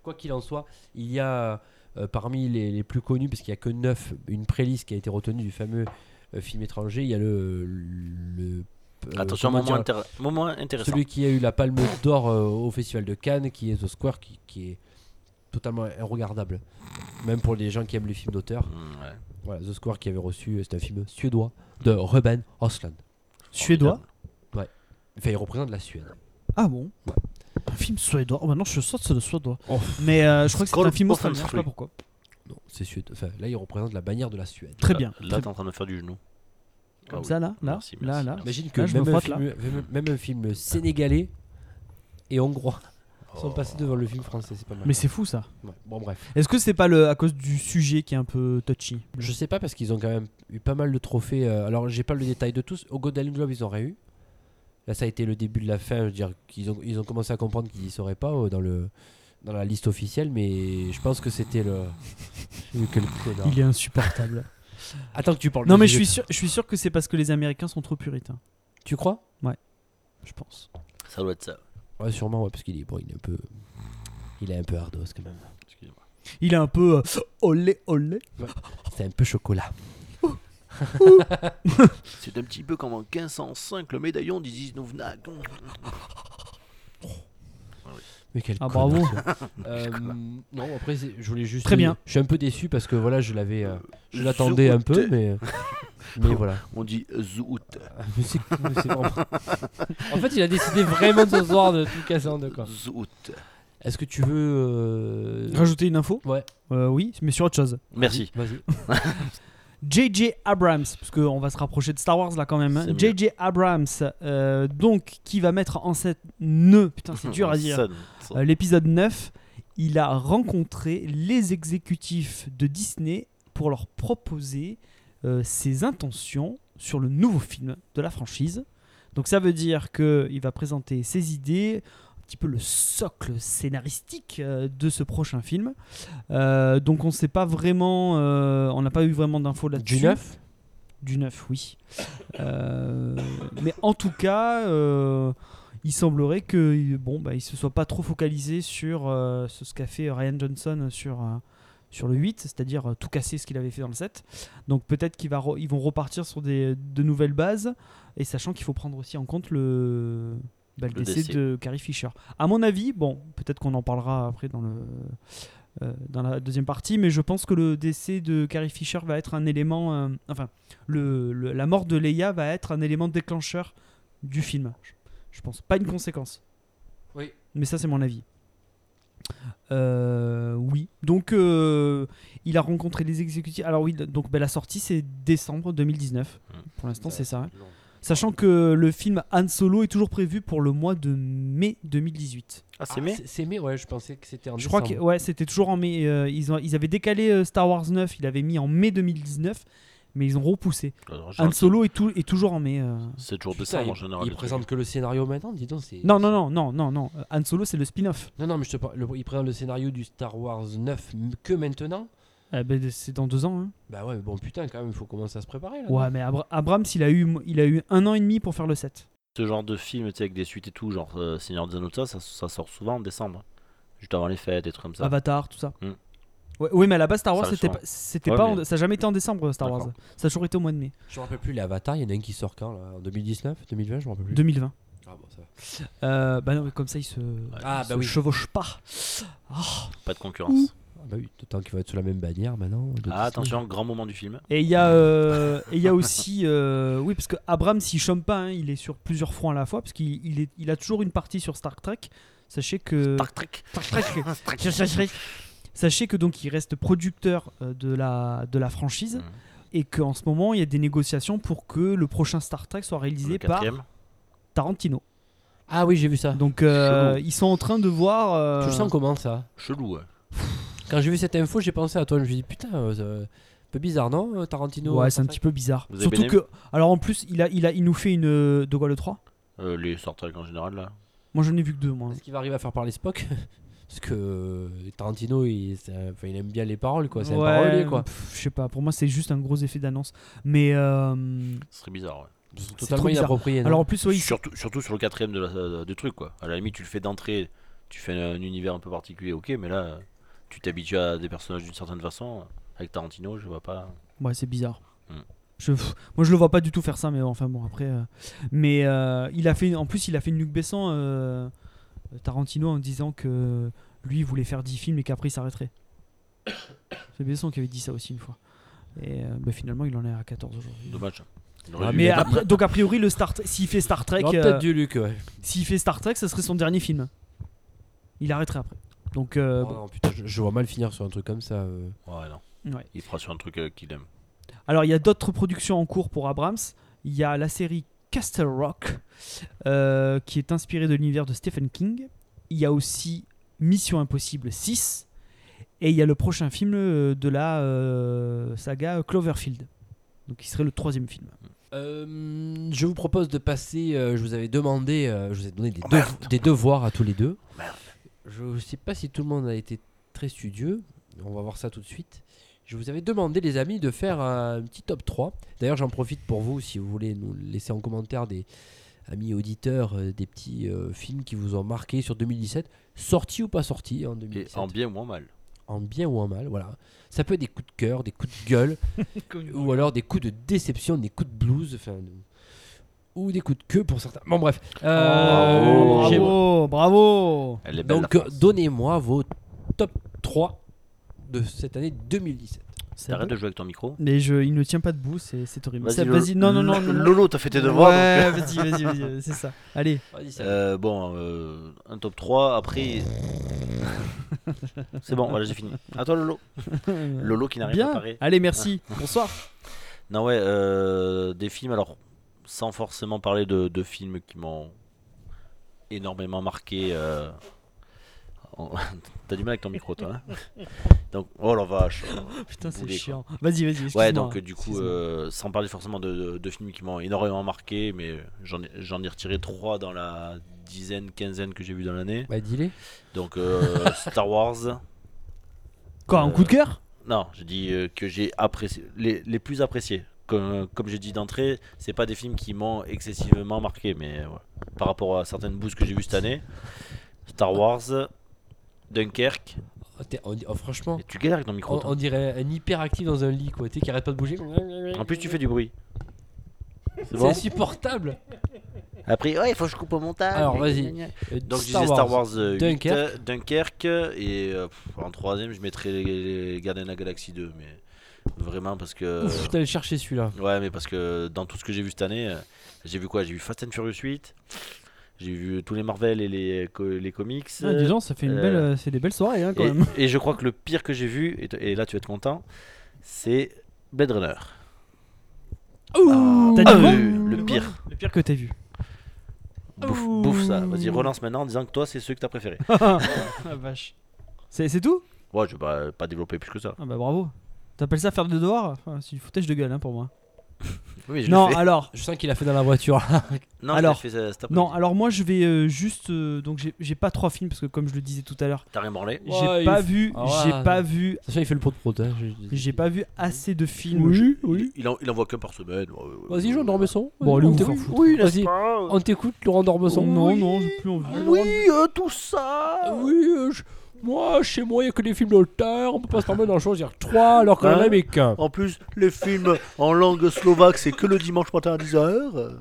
S2: Quoi qu'il en soit, il y a euh, parmi les, les plus connus, parce qu'il n'y a que 9, une préliste qui a été retenue du fameux euh, film étranger, il y a le. le- euh,
S4: Attention,
S2: comment
S4: moment,
S2: dire,
S4: intér- moment intéressant.
S2: celui qui a eu la palme d'or euh, au festival de Cannes, qui est The Square, qui, qui est totalement regardable, même pour les gens qui aiment les films d'auteur.
S4: Mm, ouais.
S2: Voilà, The Square qui avait reçu, euh, c'est un film suédois de Ruben Östlund.
S3: Suédois
S2: Enfin, il représente la Suède.
S3: Ah bon Un film suédois Oh, Maintenant, je saute sur le suédois.
S2: Oh.
S3: Mais euh, je crois que c'est
S4: Skål
S3: un film
S4: pour
S3: australien, je sais
S4: Fenstrui.
S3: pas pourquoi.
S2: Non, c'est Suède. Enfin, là, il représente la bannière de la Suède.
S3: Très
S4: Là-
S3: bien.
S4: Là, t'es en train de faire du genou.
S3: Comme
S4: Ah oui.
S3: ça, là, là,
S4: Merci,
S3: là, là.
S4: merci, merci.
S2: Imagine que
S3: Là, je
S2: même,
S3: me
S2: un
S3: frotte,
S2: film, même- même un film sénégalais et hongrois sont passés devant le film français. C'est pas mal.
S3: Mais c'est fou ça.
S2: Ouais, Bon, bref.
S3: Est-ce que c'est pas le, à cause du sujet qui est un peu touchy
S2: Je sais pas parce qu'ils ont quand même eu pas mal de trophées. euh, alors, j'ai pas le détail de tous. Au Golden Globe, ils auraient eu. Là, ça a été le début de la fin. Je veux dire qu'ils ont, ils ont commencé à comprendre qu'ils y seraient pas euh, dans, le, dans la liste officielle, mais je pense que c'était le. que le connard.
S3: Il est insupportable.
S2: Attends que tu parles.
S3: non
S2: du
S3: mais je
S2: sujet.
S3: suis sûr, je suis sûr que c'est parce que les Américains sont trop puritains,
S2: Tu crois
S3: je pense.
S4: Ça doit être ça.
S2: Ouais, sûrement, ouais, parce qu'il est, bon, il est un peu. Il est un peu hardos quand même.
S4: Excuse-moi.
S3: Il est un peu euh, olé olé.
S2: C'est un peu chocolat.
S4: C'est un petit peu comme en 1505, le médaillon d'Isis Nouvenac.
S2: Mais quel
S3: Ah,
S2: connard,
S3: bravo. *laughs*
S2: ce- Euh, non, après, c'est- je voulais juste.
S3: Très bien.
S2: Je suis un peu déçu parce que voilà, je l'avais. euh, je
S4: Euh,
S2: l'attendais un peu,
S4: zouté. *laughs*
S2: mais. Mais voilà.
S4: On dit zout.
S2: Mais c'est- mais c'est vraiment- *laughs* En fait, il a décidé vraiment ce soir de tout casser en deux, quoi.
S4: Zout.
S2: Est-ce que tu veux. euh,
S3: Rajouter une info
S2: Ouais.
S3: Euh, Oui, mais sur autre chose.
S4: Merci.
S2: Vas-y.
S3: JJ Abrams, parce qu'on va se rapprocher de Star Wars là quand même. hein.
S4: C'est mieux.
S3: JJ Abrams, euh, donc qui va mettre en scène, putain
S4: *laughs*
S3: c'est dur à dire,
S4: Ça, ça.
S3: Euh, l'épisode 9, il a rencontré les exécutifs de Disney pour leur proposer euh, ses intentions sur le nouveau film de la franchise. Donc ça veut dire qu'il va présenter ses idées, un petit peu le socle scénaristique euh, de ce prochain film. Euh, donc on ne sait pas vraiment, euh, on n'a pas eu vraiment d'infos là-dessus.
S2: Du neuf
S3: Du 9, oui. Euh, mais en tout cas, euh, il semblerait que bon, bah, il se soit pas trop focalisé sur euh, ce ce qu'a fait Ryan Johnson sur, euh, sur le 8, c'est-à-dire euh, tout casser ce qu'il avait fait dans le 7. Donc peut-être qu'ils ils vont repartir sur des, de nouvelles bases, et sachant qu'il faut prendre aussi en compte le, bah, le
S4: Le
S3: décès,
S4: décès.
S3: de Carrie Fisher. À mon avis, bon, peut-être qu'on en parlera après dans le... euh, dans la deuxième partie, mais je pense que le décès de Carrie Fisher va être un élément, euh, enfin, le- le- la mort de Leia va être un élément déclencheur du film. Je, je pense pas une conséquence.
S2: Oui.
S3: Mais ça, c'est mon avis. Euh, oui. Donc, euh, il a rencontré les exécutifs. Alors oui, donc ben, la sortie c'est décembre 2019.
S2: Mmh.
S4: Mm.
S3: Pour l'instant, c'est ça. hein. Sachant que le film Han Solo est toujours prévu pour le mois de mai 2018.
S4: Ah, c'est mais
S2: C'est- C'est mai, ouais, je pensais que c'était en
S3: Je crois que ouais, c'était toujours en mai. euh, ils, ont, ils avaient décalé euh, Star Wars 9. Ils l'avaient mis en mai 2019, mais ils ont repoussé. Han Solo est, tou- est toujours en mai. euh.
S4: Euh, C'est toujours
S2: Putain,
S4: décembre en
S2: il-
S4: général.
S2: il
S4: le
S2: présente que le scénario maintenant, dis donc. c'est-
S3: Non, non, non, non, non, non. Euh, Han Solo c'est le spin-off.
S2: Non, non, mais je te parle. le- Il présente le scénario du Star Wars 9 m- que maintenant.
S3: Eh ben, c'est dans deux ans. hein.
S2: Bah ouais, bon putain, quand même, il faut commencer à se préparer là.
S3: Ah Ouais, mais Abra- Abrams, il a, eu, il a eu un an et demi pour faire le 7.
S4: ce genre de film, tu sais, avec des suites et tout, genre euh, Seigneur des Anneaux, tout ça, ça, ça sort souvent en décembre. Juste avant les fêtes, des trucs comme ça.
S3: Avatar, tout ça.
S4: Hmm.
S3: Ouais, oui, mais à la base, Star
S4: Ça
S3: Wars,
S4: le
S3: c'était
S4: sera.
S3: pas, c'était
S4: Ouais,
S3: pas en-
S4: mais-
S3: ça n'a jamais été en décembre, Star Wars.
S4: D'accord.
S3: Ça a toujours été au mois de mai
S2: Je me rappelle plus, les Avatars, il y en a un qui sort quand là En 2019 2020, je me rappelle plus.
S3: 2020.
S2: Ah bon, ça va.
S3: Euh, bah non, mais comme ça, ils se,
S2: Ah
S3: ils se
S2: bah oui.
S3: chevauchent pas. Ah.
S4: Pas de concurrence.
S2: Ah bah oui, d'autant qu'il va être sous la même bannière maintenant. de Disney.
S4: Ah, attention, grand moment du film.
S3: Et il y a, euh, et il y a aussi, euh, oui, parce que Abrams, il chôme pas, hein, il est sur plusieurs fronts à la fois, parce qu'il il est- il a toujours une partie sur Star Trek. Sachez que
S4: Star Trek.
S3: *laughs* Je- je- je- Sachez que donc il reste producteur euh, de la, de la franchise
S4: Mhm.
S3: et qu'en ce moment il y a des négociations pour que le prochain Star Trek soit réalisé
S4: Le
S3: par
S4: quatrième.
S3: Tarantino.
S2: Ah oui, j'ai vu ça.
S3: Donc euh,
S4: Chelou.
S3: ils sont en train de voir. euh,
S2: Tu le sens comment ça
S4: Chelou, ouais.
S2: Quand j'ai vu cette info, j'ai pensé à toi. Je me suis dit, putain, euh, c'est un peu bizarre, non euh, Tarantino
S3: ouais,
S2: euh,
S3: c'est un
S2: Star
S3: petit peu bizarre.
S4: Vous avez
S3: Surtout
S4: bien
S3: que, alors en plus, il a, il a, il nous fait une euh, de quoi le 3
S4: Euh, les Star Trek en général, là.
S3: Moi, je n'ai vu que deux,
S2: Trek
S3: moi.
S2: Est-ce qu'il va arriver à faire parler Spock *laughs* Parce que euh, Tarantino, il, c'est un- enfin, il aime bien les paroles, quoi. C'est un
S3: Ouais,
S2: parolier, quoi.
S3: pff, Je sais pas. Pour moi, c'est juste un gros effet d'annonce. Mais euh,
S4: Ce serait bizarre, ouais.
S2: C'est
S3: trop
S2: totalement
S3: bizarre.
S2: inapproprié. non
S3: alors en plus, ouais, il-
S4: Surtout, surtout sur le quatrième de la- de- du truc, quoi. À la limite, tu le fais d'entrée, tu fais un univers un peu particulier, ok, mais là, euh, tu t'habitues à des personnages d'une certaine façon. Avec Tarantino, je vois pas.
S3: Ouais, c'est bizarre.
S4: Hmm.
S3: Je, pff, moi, je le vois pas du tout faire ça, mais enfin bon, après. euh, mais euh, il a fait, en plus, il a fait une nuque baissant euh, Tarantino en disant que lui il voulait faire 10 films et qu'après il s'arrêterait. *coughs* C'est Besson qui avait dit ça aussi une fois. Et euh, bah, finalement, il en est à 14 aujourd'hui.
S4: Dommage. Il
S2: Ah,
S4: aurait dû
S3: Mais
S4: mettre-
S3: après, donc a priori, le Star Trek- s'il fait Star Trek,
S2: Il aurait
S3: euh,
S2: peut-être du Luc, ouais.
S3: s'il fait Star Trek, ça serait son dernier film. Il arrêterait après. Donc euh,
S2: Oh non, putain, je, je vois mal finir sur un truc comme ça. euh.
S4: Ouais, non.
S3: bon, ouais.
S4: Il fera sur un truc euh, qu'il aime.
S3: Alors, il y a d'autres productions en cours pour Abrams. Il y a la série Castle Rock, euh, qui est inspirée de l'univers de Stephen King. Il y a aussi Mission Impossible 6. Et il y a le prochain film euh, de la euh, saga Cloverfield. Donc, qui serait le troisième film.
S2: Euh, je vous propose de passer. euh, je vous avais demandé, euh, je vous ai donné des, dev- des devoirs à tous les deux. Je ne sais pas si tout le monde a été très studieux. On va voir ça tout de suite. Je vous avais demandé, les amis, de faire un petit top 3. D'ailleurs, j'en profite pour vous, si vous voulez nous laisser en commentaire des amis auditeurs, euh, des petits euh, films qui vous ont marqué sur 2017, sortis ou pas sortis en
S4: Et
S2: 2017,
S4: en bien ou en mal.
S2: en bien ou en mal. Voilà. Ça peut être des coups de cœur, des coups de gueule, ou alors des coups de déception, des coups de blues, enfin, ou des coups de queue pour certains. Bon, bref. Euh, j'ai-
S3: Oh, bravo, bravo
S4: Elle est belle.
S2: Donc, euh, donnez-moi vos top 3 de cette année 2017.
S3: euh,
S4: T'arrêtes de jouer avec ton micro.
S3: Mais je, il ne tient pas debout, c'est c'est horrible. Ça-
S4: Lolo.
S3: Vas-y, non, non, non. non, non.
S4: Lolo, t'as fait tes devoirs.
S3: Ouais,
S4: donc, euh,
S3: vas-y, vas-y, vas-y, euh, c'est ça. Allez,
S2: Vas-y, ça.
S4: Euh, bon, euh, un top 3, après.
S3: *laughs*
S4: c'est bon, voilà, j'ai fini. À
S3: *laughs*
S4: toi, Lolo. Lolo qui n'a rien
S3: bien.
S4: préparé. Ah.
S3: Allez, merci. Bonsoir.
S4: Non, ouais, euh, des films, alors, sans forcément parler de, de films qui m'ont énormément marqué. euh, en- *laughs* T'as du mal avec ton micro, toi. hein donc, oh la vache.
S3: Putain, c'est
S4: Boulet, quoi.
S3: chiant. Vas-y, vas-y. excuse-moi.
S4: Ouais, donc euh, du coup,
S3: Excuse-moi.
S4: euh, sans parler forcément de, de- de films qui m'ont énormément marqué, mais j'en ai, j'en ai retiré trois dans la dizaine, quinzaine que j'ai vu dans l'année.
S2: Bah, dis-les.
S4: Donc euh, *laughs* Star Wars,
S3: Quoi, un
S4: euh,
S3: coup de cœur
S4: non, j'ai dit euh, que j'ai apprécié, les, les plus appréciés. Comme, comme j'ai dit d'entrée, c'est pas des films qui m'ont excessivement marqué, mais euh, ouais. par rapport à certaines boosts que j'ai vues cette année, Star Wars, Dunkerque,
S2: Oh, t'es- on- oh, franchement,
S4: et tu galères avec ton micro.
S2: on,
S4: toi.
S2: on dirait un hyperactif dans un lit, quoi. Tu sais, qui arrête pas de bouger.
S4: En plus, tu fais du bruit.
S2: oh. C'est
S4: bon
S2: insupportable.
S4: Après, ouais, il faut que je coupe au montage.
S2: Alors, vas-y. Euh,
S4: Donc je disais Star Wars euh, 8,
S2: Dunkerque.
S4: Dunkerque, et euh, pff, en troisième je mettrais les, les Gardiens de la Galaxie 2 mais vraiment parce que
S2: Ouf, t'allais le chercher celui-là.
S4: ouais mais parce que dans tout ce que j'ai vu cette année euh, j'ai vu quoi j'ai vu Fast and Furious 8 j'ai vu tous les Marvel et les, co- les comics
S3: Ah, Dis donc, ça fait une
S4: euh,
S3: belle, euh, c'est des belles soirées hein, quand
S4: et,
S3: même.
S4: et je crois que le pire que j'ai vu et, t- et là tu vas être content c'est Blade Runner Ah,
S3: Ouh, T'as dit quoi
S4: le pire
S3: Le pire que t'as vu.
S4: bouffe, bouffe ça vas-y relance maintenant en disant que toi c'est ceux que t'as préféré
S3: *laughs* Ah vache. C'est c'est tout
S4: ouais je vais pas, pas développer plus que ça
S3: Ah bah bravo. T'appelles ça faire des devoirs Enfin, C'est du foutage de gueule hein, pour moi.
S4: oui, je
S3: Non,
S4: l'ai fait.
S3: alors.
S2: Je sens qu'il a fait dans la voiture. *laughs*
S4: non
S3: alors-
S4: je l'ai fait euh, cet
S3: Non,
S4: après-midi.
S3: alors moi je vais euh, juste. euh, donc j'ai- j'ai pas trois films parce que comme je le disais tout à l'heure,
S4: T'as rien branlé
S2: Ouais,
S3: j'ai
S2: il
S3: pas
S2: f-
S3: vu,
S2: Ah
S3: j'ai
S2: ouais.
S3: pas vu,
S2: Sachant, il fait le pot de prot. hein, je-
S3: j'ai pas vu assez de films.
S4: Il, il en, il en voit qu'un par semaine. ouais, ouais, ouais.
S2: Vas-y, Jean Dormesson.
S3: Bon, allez,
S2: on
S3: vous
S2: t'écoute.
S3: faire foutre.
S2: Oui, vas-y. On t'écoute, Laurent Dormesson.
S3: Non, non, j'ai plus envie.
S4: euh, tout ça
S2: Oui, euh, je- moi, chez moi, il n'y a que des films d'auteur. On peut pas se permettre d'en choisir trois alors qu'on en
S4: Hein
S2: avait qu'un.
S4: En plus, les films en langue slovaque, c'est que le dimanche matin à 10h.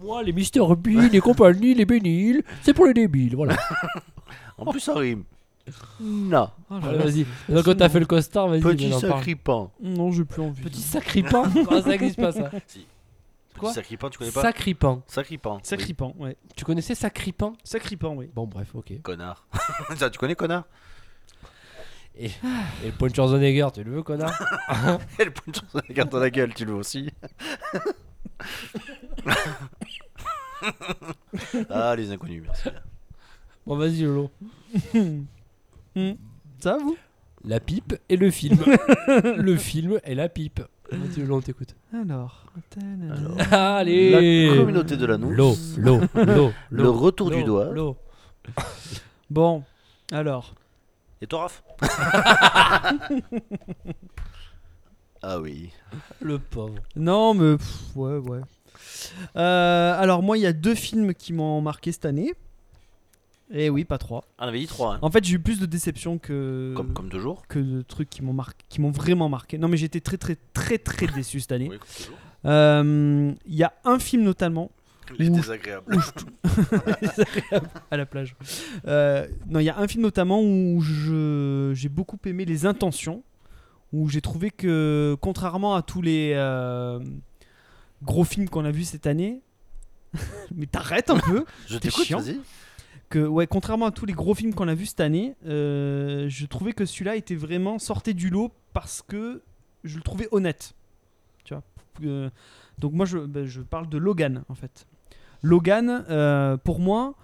S2: Moi, les Mister Bean, les compagnies, les bénils, c'est pour les débiles. *laughs* Voilà.
S4: En plus, ça rime. Non.
S3: Oh là
S2: Allez,
S3: là.
S2: vas-y. Donc, quand t'as fait le costard, vas-y.
S4: Petit
S2: maintenant, parle.
S4: sacripant.
S3: Non, j'ai plus envie.
S2: Petit sacripant. Ah, ça n'existe pas,
S4: *laughs*
S2: ça. Quoi
S4: Petit sacripant, tu connais pas
S2: Sacripant.
S4: Sacripant. Oui.
S3: *laughs* Sacripant, ouais.
S2: Tu connaissais Sacripant
S3: Sacripant, oui.
S2: Bon, bref, ok.
S4: Connard. *laughs* ça, tu connais connard
S2: Et le point de Schwarzenegger, tu le veux, connard
S4: *laughs* *laughs* Elle prend une chose regarde dans la gueule, tu le vois aussi. *laughs* ah, les inconnus, merci.
S2: Bon, vas-y, Lolo.
S3: Ça, vous
S2: La pipe et le
S4: *laughs*
S2: film. le film et la pipe. Vas-y, Lolo, on t'écoute.
S3: Alors. tadadada.
S4: Alors.
S2: *laughs* Allez
S4: La communauté de l'anneau.
S2: L'eau, l'eau, l'eau,
S4: Le retour du
S2: l'eau,
S4: doigt.
S2: l'eau.
S3: Bon, alors.
S4: Et toi,
S2: *laughs*
S4: Raph *laughs* Ah oui.
S2: Le pauvre.
S3: Non, mais. pff, ouais, ouais. Euh, alors, moi, il y a deux films qui m'ont marqué cette année. Eh oui, pas 3.
S4: On avait dit 3, hein.
S3: En fait, j'ai eu plus de déception que
S4: comme, comme toujours.
S3: que de trucs qui m'ont marqué, qui m'ont vraiment marqué. Non, mais j'étais très très très très déçu cette année.
S4: Oui, comme toujours.
S3: Euh, Il y a un film notamment
S6: Les
S3: Ouf.
S6: désagréables.
S3: *laughs* à la plage. Euh, non, il y a un film notamment où je- j'ai beaucoup aimé les intentions, où j'ai trouvé que contrairement à tous les euh, gros films qu'on a vus cette année, *laughs* mais t'arrêtes un peu.
S4: Je
S3: T'es
S4: t'écoute,
S3: chiant.
S4: vas-y.
S3: que ouais, contrairement à tous les gros films qu'on a vus cette année, euh, je trouvais que celui-là était vraiment sorti du lot parce que je le trouvais honnête. Tu vois. Euh, donc moi, je, ben, je parle de Logan en fait. Logan, euh, pour moi,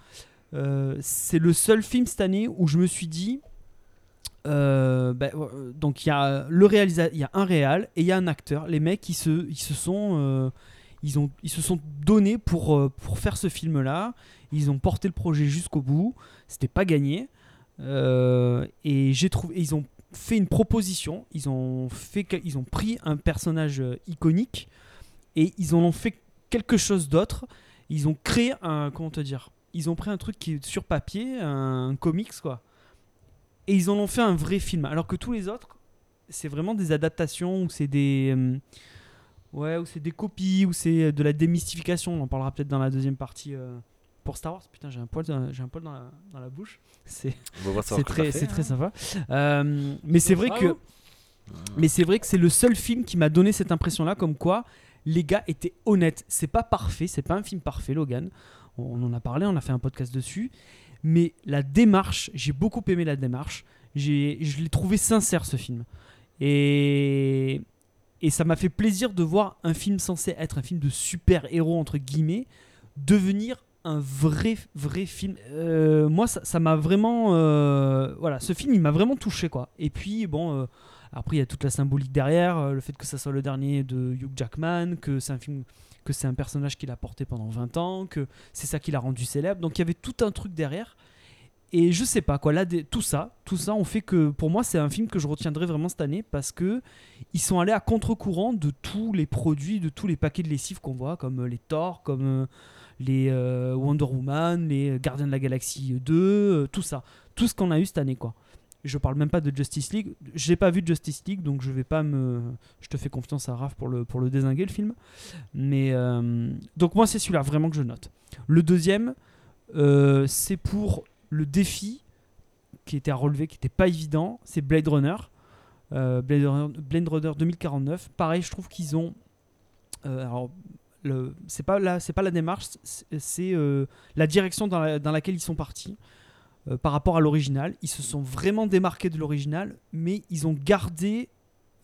S3: euh, c'est le seul film cette année où je me suis dit. euh, ben, euh, donc il y a le réalisa- il y a un réal et il y a un acteur. Les mecs, ils se, ils se sont, euh, ils ont, ils se sont donnés pour euh, pour faire ce film là. Ils ont porté le projet jusqu'au bout. C'était pas gagné. Euh, et j'ai trouvé, et ils ont fait une proposition. Ils ont fait, que- ils ont pris un personnage euh, iconique et ils en ont fait quelque chose d'autre. Ils ont créé un, comment te dire Ils ont pris un truc qui est sur papier, un, comics quoi. Et ils en ont fait un vrai film. Alors que tous les autres, c'est vraiment des adaptations ou c'est des euh, Ouais, ou c'est des copies, ou c'est euh, de la démystification. On en parlera peut-être dans la deuxième partie euh, pour Star Wars. Putain, j'ai un poil, dans- j'ai un poil dans, la, dans la bouche. C'est
S4: On va
S3: c'est très, c'est très sympa. Euh, mais c'est vrai que,
S2: Bravo.
S3: mais c'est vrai que c'est le seul film qui m'a donné cette impression-là, comme quoi les gars étaient honnêtes. C'est pas parfait, c'est pas un film parfait, Logan. On en a parlé, on a fait un podcast dessus. Mais la démarche, j'ai beaucoup aimé la démarche. J'ai, je l'ai trouvé sincère ce film. Et et ça m'a fait plaisir de voir un film censé être un film de super-héros, entre guillemets, devenir un vrai, vrai film. Euh, moi, ça ça m'a vraiment. euh, voilà, ce film, il m'a vraiment touché, quoi. Et puis, bon, euh, après, il y a toute la symbolique derrière, euh, le fait que ça soit le dernier de Hugh Jackman, que c'est un film. que c'est un personnage qu'il a porté pendant 20 ans, que c'est ça qui l'a rendu célèbre. Donc, il y avait tout un truc derrière. Et je sais pas quoi, là, des- tout ça, tout ça, on fait que pour moi, c'est un film que je retiendrai vraiment cette année parce que ils sont allés à contre-courant de tous les produits, de tous les paquets de lessive qu'on voit, comme euh, les Thor, comme euh, les euh, Wonder Woman, les euh, Gardiens de la Galaxie 2, euh, tout ça. Tout ce qu'on a eu cette année, quoi. Je parle même pas de Justice League. J'ai pas vu de Justice League, donc je vais pas me. Je te fais confiance à Raph pour le, pour le désinguer, le film. Mais. euh, Donc, moi, c'est celui-là vraiment que je note. Le deuxième, euh, c'est pour le défi qui était à relever, qui était pas évident. C'est Blade Runner. Euh, Blade, Runner, Blade Runner 2049. Pareil, je trouve qu'ils ont. euh, alors, le- c'est pas la, c'est pas la démarche, c'est- c'est euh, la direction dans, la- dans laquelle ils sont partis euh, par rapport à l'original. Ils se sont vraiment démarqués de l'original, mais ils ont gardé,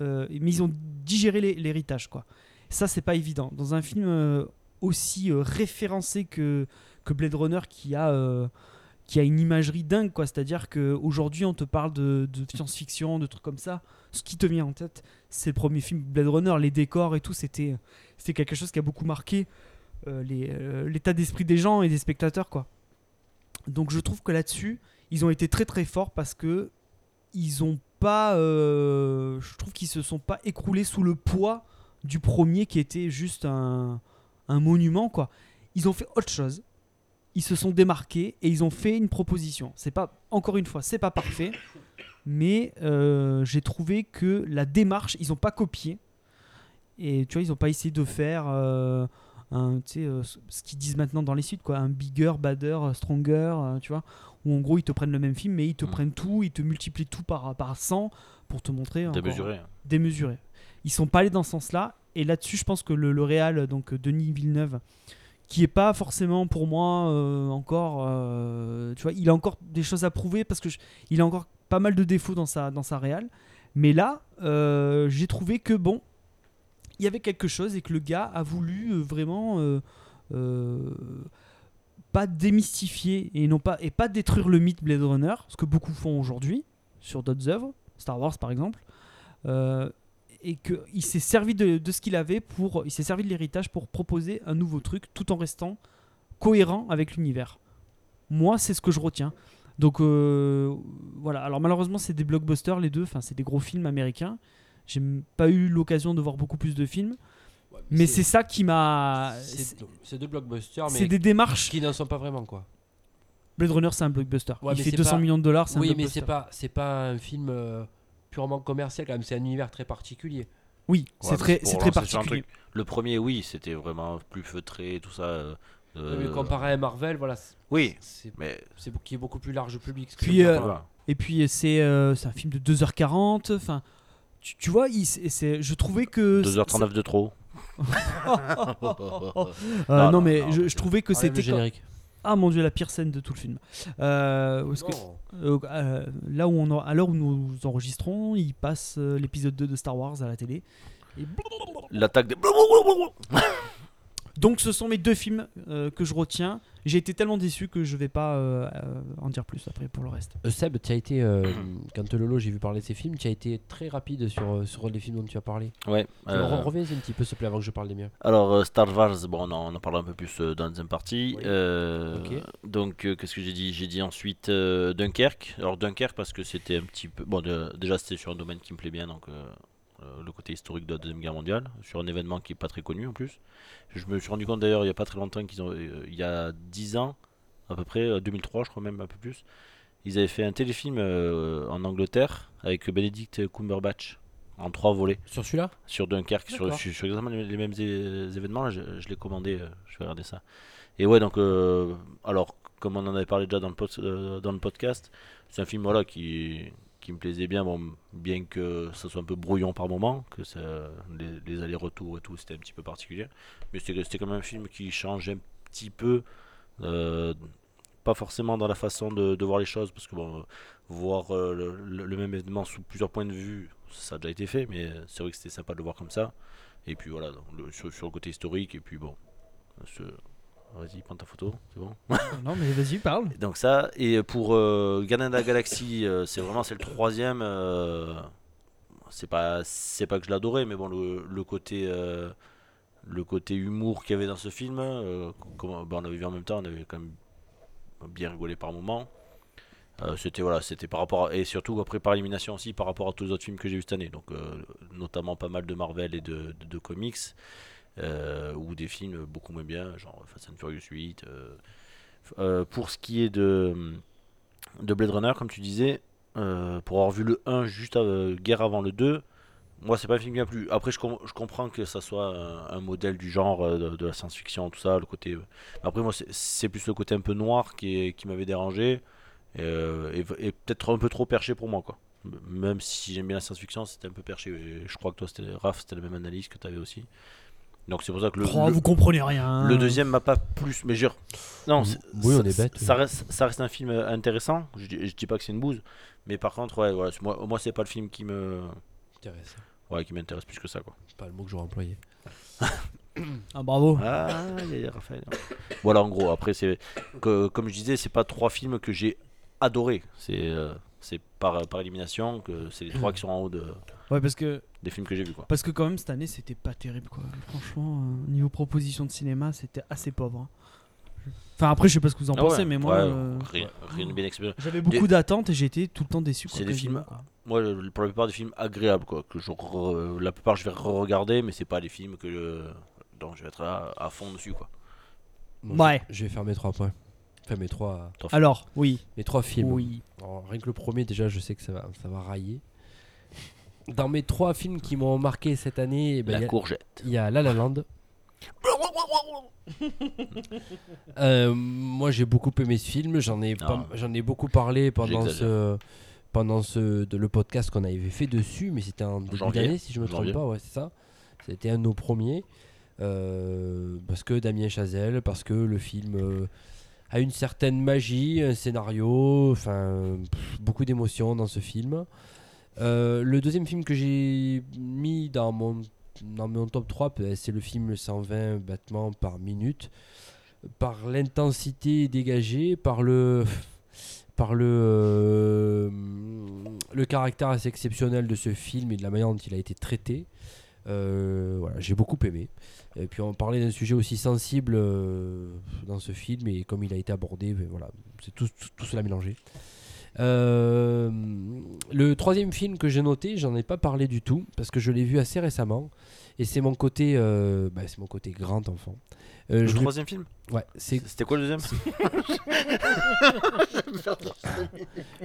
S3: euh, mais ils ont digéré l'hé- l'héritage, quoi. Ça, c'est pas évident dans un film euh, aussi euh, référencé que que Blade Runner, qui a euh, qui a une imagerie dingue, quoi. C'est-à-dire qu'aujourd'hui, on te parle de, de science-fiction, de trucs comme ça. Ce qui te vient en tête, c'est le premier film Blade Runner, les décors et tout. C'était, c'était quelque chose qui a beaucoup marqué euh, les, euh, l'état d'esprit des gens et des spectateurs, quoi. Donc, je trouve que là-dessus, ils ont été très très forts parce que ils ont pas, euh, je trouve qu'ils se sont pas écroulés sous le poids du premier qui était juste un, un monument, quoi. Ils ont fait autre chose ils se sont démarqués et ils ont fait une proposition. C'est pas encore une fois, c'est pas parfait, mais euh, j'ai trouvé que la démarche, ils ont pas copié. Et tu vois, ils ont pas essayé de faire euh, un, tu sais, euh, ce ce qu'ils disent maintenant dans les suites, quoi, un bigger, badder, stronger, euh, tu vois, où en gros ils te prennent le même film, mais ils te
S4: Mm.
S3: prennent tout, ils te multiplient tout par par 100 pour te montrer. encore-
S4: Démesuré.
S3: démesuré. Ils sont pas allés dans ce sens-là. Et là-dessus, je pense que le, le Real, donc euh, Denis Villeneuve, qui est pas forcément pour moi euh, encore, euh, tu vois, il a encore des choses à prouver parce que je- il a encore pas mal de défauts dans sa dans sa Real. Mais là, euh, j'ai trouvé que bon, il y avait quelque chose et que le gars a voulu euh, vraiment. euh, euh, pas démystifier et non pas et pas détruire le mythe Blade Runner, ce que beaucoup font aujourd'hui sur d'autres œuvres, Star Wars par exemple, euh, et que il s'est servi de, de ce qu'il avait pour, il s'est servi de l'héritage pour proposer un nouveau truc tout en restant cohérent avec l'univers. Moi, c'est ce que je retiens. Donc euh, voilà. Alors malheureusement, c'est des blockbusters les deux. Enfin, c'est des gros films américains. J'ai m- pas eu l'occasion de voir beaucoup plus de films, mais c'est ça qui m'a.
S2: c'est- c'est deux blockbusters,
S3: Ah, C'est
S2: mais
S3: des démarches
S2: qui n'en sont pas vraiment quoi.
S3: Blade Runner, c'est un blockbuster.
S2: Ouais,
S3: il
S2: mais
S3: fait
S2: c'est
S3: 200
S2: pas-
S3: millions de dollars, c'est un
S2: Oui, mais
S3: blockbuster.
S2: c'est pas, c'est pas un film euh, purement commercial quand même. C'est un univers très particulier.
S3: Oui,
S4: Ouais,
S3: c'est
S4: mais
S3: très,
S4: pour
S3: c'est très
S4: lancer sur un
S3: particulier.
S4: truc. Le premier, oui, c'était vraiment plus feutré, tout ça. euh,
S2: Mais
S4: euh,
S2: comparé à Marvel, voilà, c'est-
S4: Oui,
S2: c'est
S4: mais
S2: c'est qui est beaucoup plus large public. ce que
S3: Puis,
S2: je veux
S3: euh,
S2: dire, voilà.
S4: voilà.
S3: Et puis c'est euh, c'est un film de 2h40. Enfin, tu, tu vois, il, c'est- c'est- je trouvais que.
S4: 2h39 de trop.
S3: Euh,
S4: Non,
S3: non,
S4: non,
S3: mais
S4: non,
S3: je,
S4: mais-
S3: je trouvais que
S2: Enlève le
S3: c'était. comme-
S2: générique.
S3: Ah mon dieu, la pire scène de tout le film. Euh, où est-ce que-
S2: Non.
S3: euh, euh, là où on en- à l'heure où nous enregistrons, il passe euh, l'épisode 2 de Star Wars à la télé.
S4: *laughs* L'attaque des.
S3: Donc ce sont mes deux films euh, que je retiens. J'ai été tellement déçu que je vais pas euh, euh, en dire plus après pour le reste.
S2: Euh, Seb, tu as été, euh, *coughs* quand Lolo, j'ai vu parler de ces films, tu as été très rapide sur, euh, sur les films dont tu as parlé.
S4: Ouais.
S2: Tu
S4: euh,
S2: re- Reviens un petit peu, s'il te plaît, avant que je parle des miens.
S4: Alors, euh, Star Wars, bon, on en, on en parlera un peu plus euh, dans la deuxième partie.
S2: Oui.
S4: Euh,
S2: Ok.
S4: Donc, euh, qu'est-ce que j'ai dit J'ai dit ensuite euh, Dunkerque. Alors, Dunkerque, parce que c'était un petit peu. Bon, de- déjà, c'était sur un domaine qui me plaît bien, donc euh, euh, le côté historique de la Deuxième Guerre mondiale, sur un événement qui est pas très connu en plus. Je me suis rendu compte d'ailleurs, il n'y a pas très longtemps, qu'ils ont, euh, il y a 10 ans, à peu près, euh, 2003, je crois même, un peu plus, ils avaient fait un téléfilm euh, en Angleterre avec Benedict Cumberbatch en trois volets
S2: Sur celui-là
S4: sur Dunkerque, sur,
S2: D'accord.
S4: sur, sur exactement les, les mêmes é- événements. là, je je l'ai commandé, euh, je vais regarder ça. Et ouais, donc, euh, alors, comme on en avait parlé déjà dans le, pod- euh, dans le podcast, c'est un film voilà, qui, qui me plaisait bien, bon, bien que ça soit un peu brouillon par moment, que ça, les, les allers-retours et tout, c'était un petit peu particulier. Mais c'était c'était quand même un film qui change un petit peu. euh, pas forcément dans la façon de, de voir les choses, parce que bon, voir euh, le, le- le même événement sous plusieurs points de vue, ça a déjà été fait, mais c'est vrai que c'était sympa de le voir comme ça. Et puis voilà, donc, le- sur, sur le côté historique, et puis bon. ce- Vas-y, prends ta photo, c'est bon.
S3: non mais vas-y parle.
S4: Et Donc ça, et pour euh, Gardiens de la Galaxie, euh, c'est vraiment c'est le troisième. euh, c'est pas c'est pas que je l'adorais, mais bon le, le côté euh, le côté humour qu'il y avait dans ce film, euh, comment- bah, on l'avait vu en même temps, on avait quand même bien rigolé par moments. Euh, c'était voilà, c'était par rapport à- et surtout après par élimination aussi par rapport à tous les autres films que j'ai vu cette année, donc euh, notamment pas mal de Marvel et de, de, de comics euh, ou des films beaucoup moins bien, genre Fast and Furious 8. euh, euh, pour ce qui est de, de Blade Runner, comme tu disais, euh, pour avoir vu le 1 juste euh, guerre avant le 2, moi c'est pas un film qui m'a plu. Après, je, com- je comprends que ça soit un, un modèle du genre euh, de, de la science-fiction, tout ça, le côté. euh. Après, moi c'est- c'est plus le côté un peu noir qui, est- qui m'avait dérangé euh, et, et peut-être un peu trop perché pour moi, quoi. M- Même si j'aime bien la science-fiction, c'était un peu perché. Et je crois que toi, c'était Raph, c'était la même analyse que tu avais aussi. Donc c'est pour ça que le,
S3: Oh,
S4: le-
S3: vous comprenez rien.
S4: le deuxième m'a pas plus, mais jure.
S2: Ah.
S4: Non,
S2: Oui,
S4: c'est-
S2: oui,
S4: ça-
S2: on est bête,
S4: Ça
S2: oui.
S4: reste, ça reste un film euh, intéressant. Je, dis- je dis pas que c'est une bouse, mais par contre, ouais, voilà, c'est- moi, moi c'est pas le film qui me,
S2: Intéressant.
S4: ouais, qui m'intéresse plus que ça, quoi.
S2: C'est Pas le mot que j'aurais employé.
S3: Ah bravo.
S4: Ah, il y a Raphaël. voilà, en gros. Après, c'est que, comme je disais, c'est pas trois films que j'ai adoré. C'est, euh, c'est par, par élimination que c'est les trois qui sont en haut de,
S3: Ouais parce que
S4: des films que j'ai vus, quoi.
S3: parce que quand même cette année c'était pas terrible quoi. Franchement euh, niveau proposition de cinéma c'était assez pauvre. hein. Enfin après je sais pas ce que vous en
S4: Ah ouais,
S3: pensez mais moi
S4: ouais,
S3: euh,
S4: rien, rien de bien expérimenté.
S3: j'avais beaucoup d'attentes et j'ai été tout le temps déçu. quoi,
S4: C'est des
S3: quasiment,
S4: films-
S3: quoi.
S4: Moi, le- pour la plupart des films agréables, quoi. Que je re- la plupart, je vais regarder, mais c'est pas les films que je- dont je vais être là à fond dessus, quoi.
S2: je-
S3: Ouais.
S2: Je vais faire mes trois points. Enfin, mes trois,
S3: Alors oui.
S2: mes trois films.
S3: Oui.
S2: Alors, rien que le premier, déjà, je sais que ça va, ça va railler. Dans mes trois films qui m'ont marqué cette année, eh ben,
S4: la
S2: il y a-
S4: courgette.
S2: il y, a La La
S4: *laughs*
S2: Land. Euh, moi, j'ai beaucoup aimé ce film. J'en ai, pas-
S4: Ah.
S2: j'en ai beaucoup parlé pendant ce
S4: J'exagère.
S2: pendant ce de, le podcast qu'on avait fait dessus, mais c'était en début
S4: Janvier.
S2: d'année, si je me trompe
S4: Janvier.
S2: pas. Ouais, c'est ça. C'était un de nos premiers. Euh, parce que Damien Chazelle, parce que le film euh, a une certaine magie, un scénario, enfin pff, beaucoup d'émotions dans ce film. Euh, le deuxième film que j'ai mis dans mon, dans mon top 3, peut- c'est le film 120 battements par minute. Par l'intensité dégagée, par le, par le, euh, le caractère assez exceptionnel de ce film et de la manière dont il a été traité. Euh, voilà, j'ai beaucoup aimé. Et puis on parlait d'un sujet aussi sensible euh, dans ce film et comme il a été abordé, ben voilà, c'est tout, tout, tout cela mélangé. Euh, le troisième film que j'ai noté, j'en ai pas parlé du tout parce que je l'ai vu assez récemment et c'est mon côté, euh, bah, c'est mon côté grand enfant. Euh,
S4: Le
S2: je voulais-
S4: troisième film
S2: ouais, c'est
S4: C'était quoi le deuxième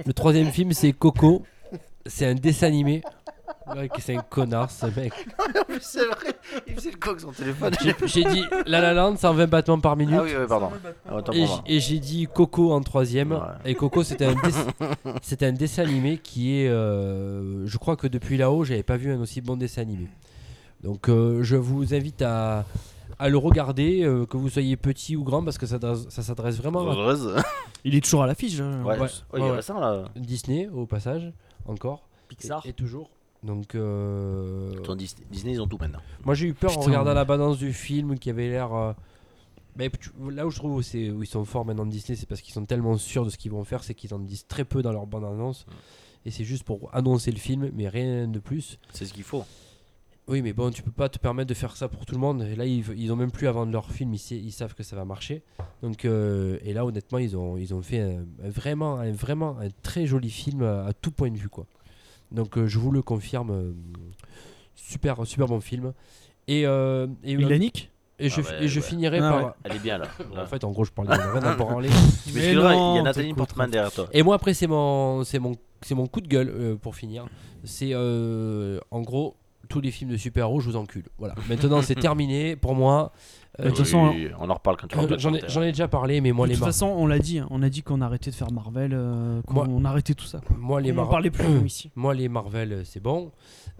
S2: le troisième film, c'est Coco. C'est un dessin animé. Ouais, que C'est un connard ce mec.
S4: C'est vrai, il faisait le coq son téléphone.
S2: J'ai- J'ai dit La La Land 120 battements par minute.
S4: Ah oui, oui, pardon. Ah, autant
S2: Et
S4: pour moi.
S2: j- Et j'ai dit Coco en troisième.
S4: Ouais.
S2: Et Coco, c'était un, dess- c'était un dessin animé qui est. euh, je crois que depuis là-haut, j'avais pas vu un aussi bon dessin animé. Donc, euh, je vous invite à, à le regarder, euh, que vous soyez petit ou grand, parce que ça, s'adresse- ça s'adresse vraiment à
S4: Heureuse.
S3: Il est toujours à l'affiche. hein.
S4: Ouais,
S2: Ouais,
S4: ouais, il est
S2: ouais.
S4: récent là.
S2: Disney, au passage, encore.
S4: Pixar.
S2: Et, et toujours. Donc, euh,
S4: Ton Dis- Disney, ils ont tout maintenant.
S2: moi j'ai eu peur en
S3: Putain.
S2: regardant la balance du film qui avait l'air. euh, mais tu- là où je trouve c'est où ils sont forts maintenant Disney, c'est parce qu'ils sont tellement sûrs de ce qu'ils vont faire, c'est qu'ils en disent très peu dans leur bande annonce. Et c'est juste pour annoncer le film, mais rien de plus.
S4: C'est ce qu'il faut.
S2: Oui, mais bon, tu peux pas te permettre de faire ça pour tout le monde. Et là, ils, v- ils ont même plus à vendre leur film, ils, sa- ils savent que ça va marcher. Donc, euh, et là, honnêtement, ils ont, ils ont fait un- un vraiment, un, vraiment un très joli film à, à tout point de vue, quoi. Donc, euh, je vous le confirme, euh, super, super bon film. Et, euh, et,
S3: Il la nique
S2: et je,
S4: Ah
S2: fi-
S4: ouais,
S2: et je
S4: ouais.
S2: finirai
S3: Ah
S2: par.
S3: ouais.
S4: Elle est
S2: *laughs*
S4: bien là.
S2: En fait, en gros, je parle de rien
S4: *laughs*
S2: à branler.
S4: Tu
S3: Mais
S4: m'excuseras, il y a
S3: non,
S4: Nathalie
S3: t'écoutes.
S4: Portman derrière toi.
S2: Et moi, après, c'est mon, c'est mon, c'est mon coup de gueule euh, pour finir. C'est euh, en gros tous les films de super-héros, je vous encule. Voilà. Maintenant, c'est terminé pour moi. Euh,
S3: De toute façon,
S4: Oui, on en reparle quand tu
S2: Euh,
S4: rentres.
S2: J'en ai, j'en ai déjà parlé, mais moi
S3: de
S2: les,
S3: toute
S2: mar-
S3: façon, on l'a dit, hein, on a dit qu'on arrêtait de faire Marvel, euh, qu'on
S2: Moi-
S3: on arrêtait tout ça. quoi.
S2: moi, les
S3: on en
S2: Mar-
S3: parlait
S2: *clears throat*
S3: plus nous, ici.
S2: moi les Marvel, euh, c'est bon.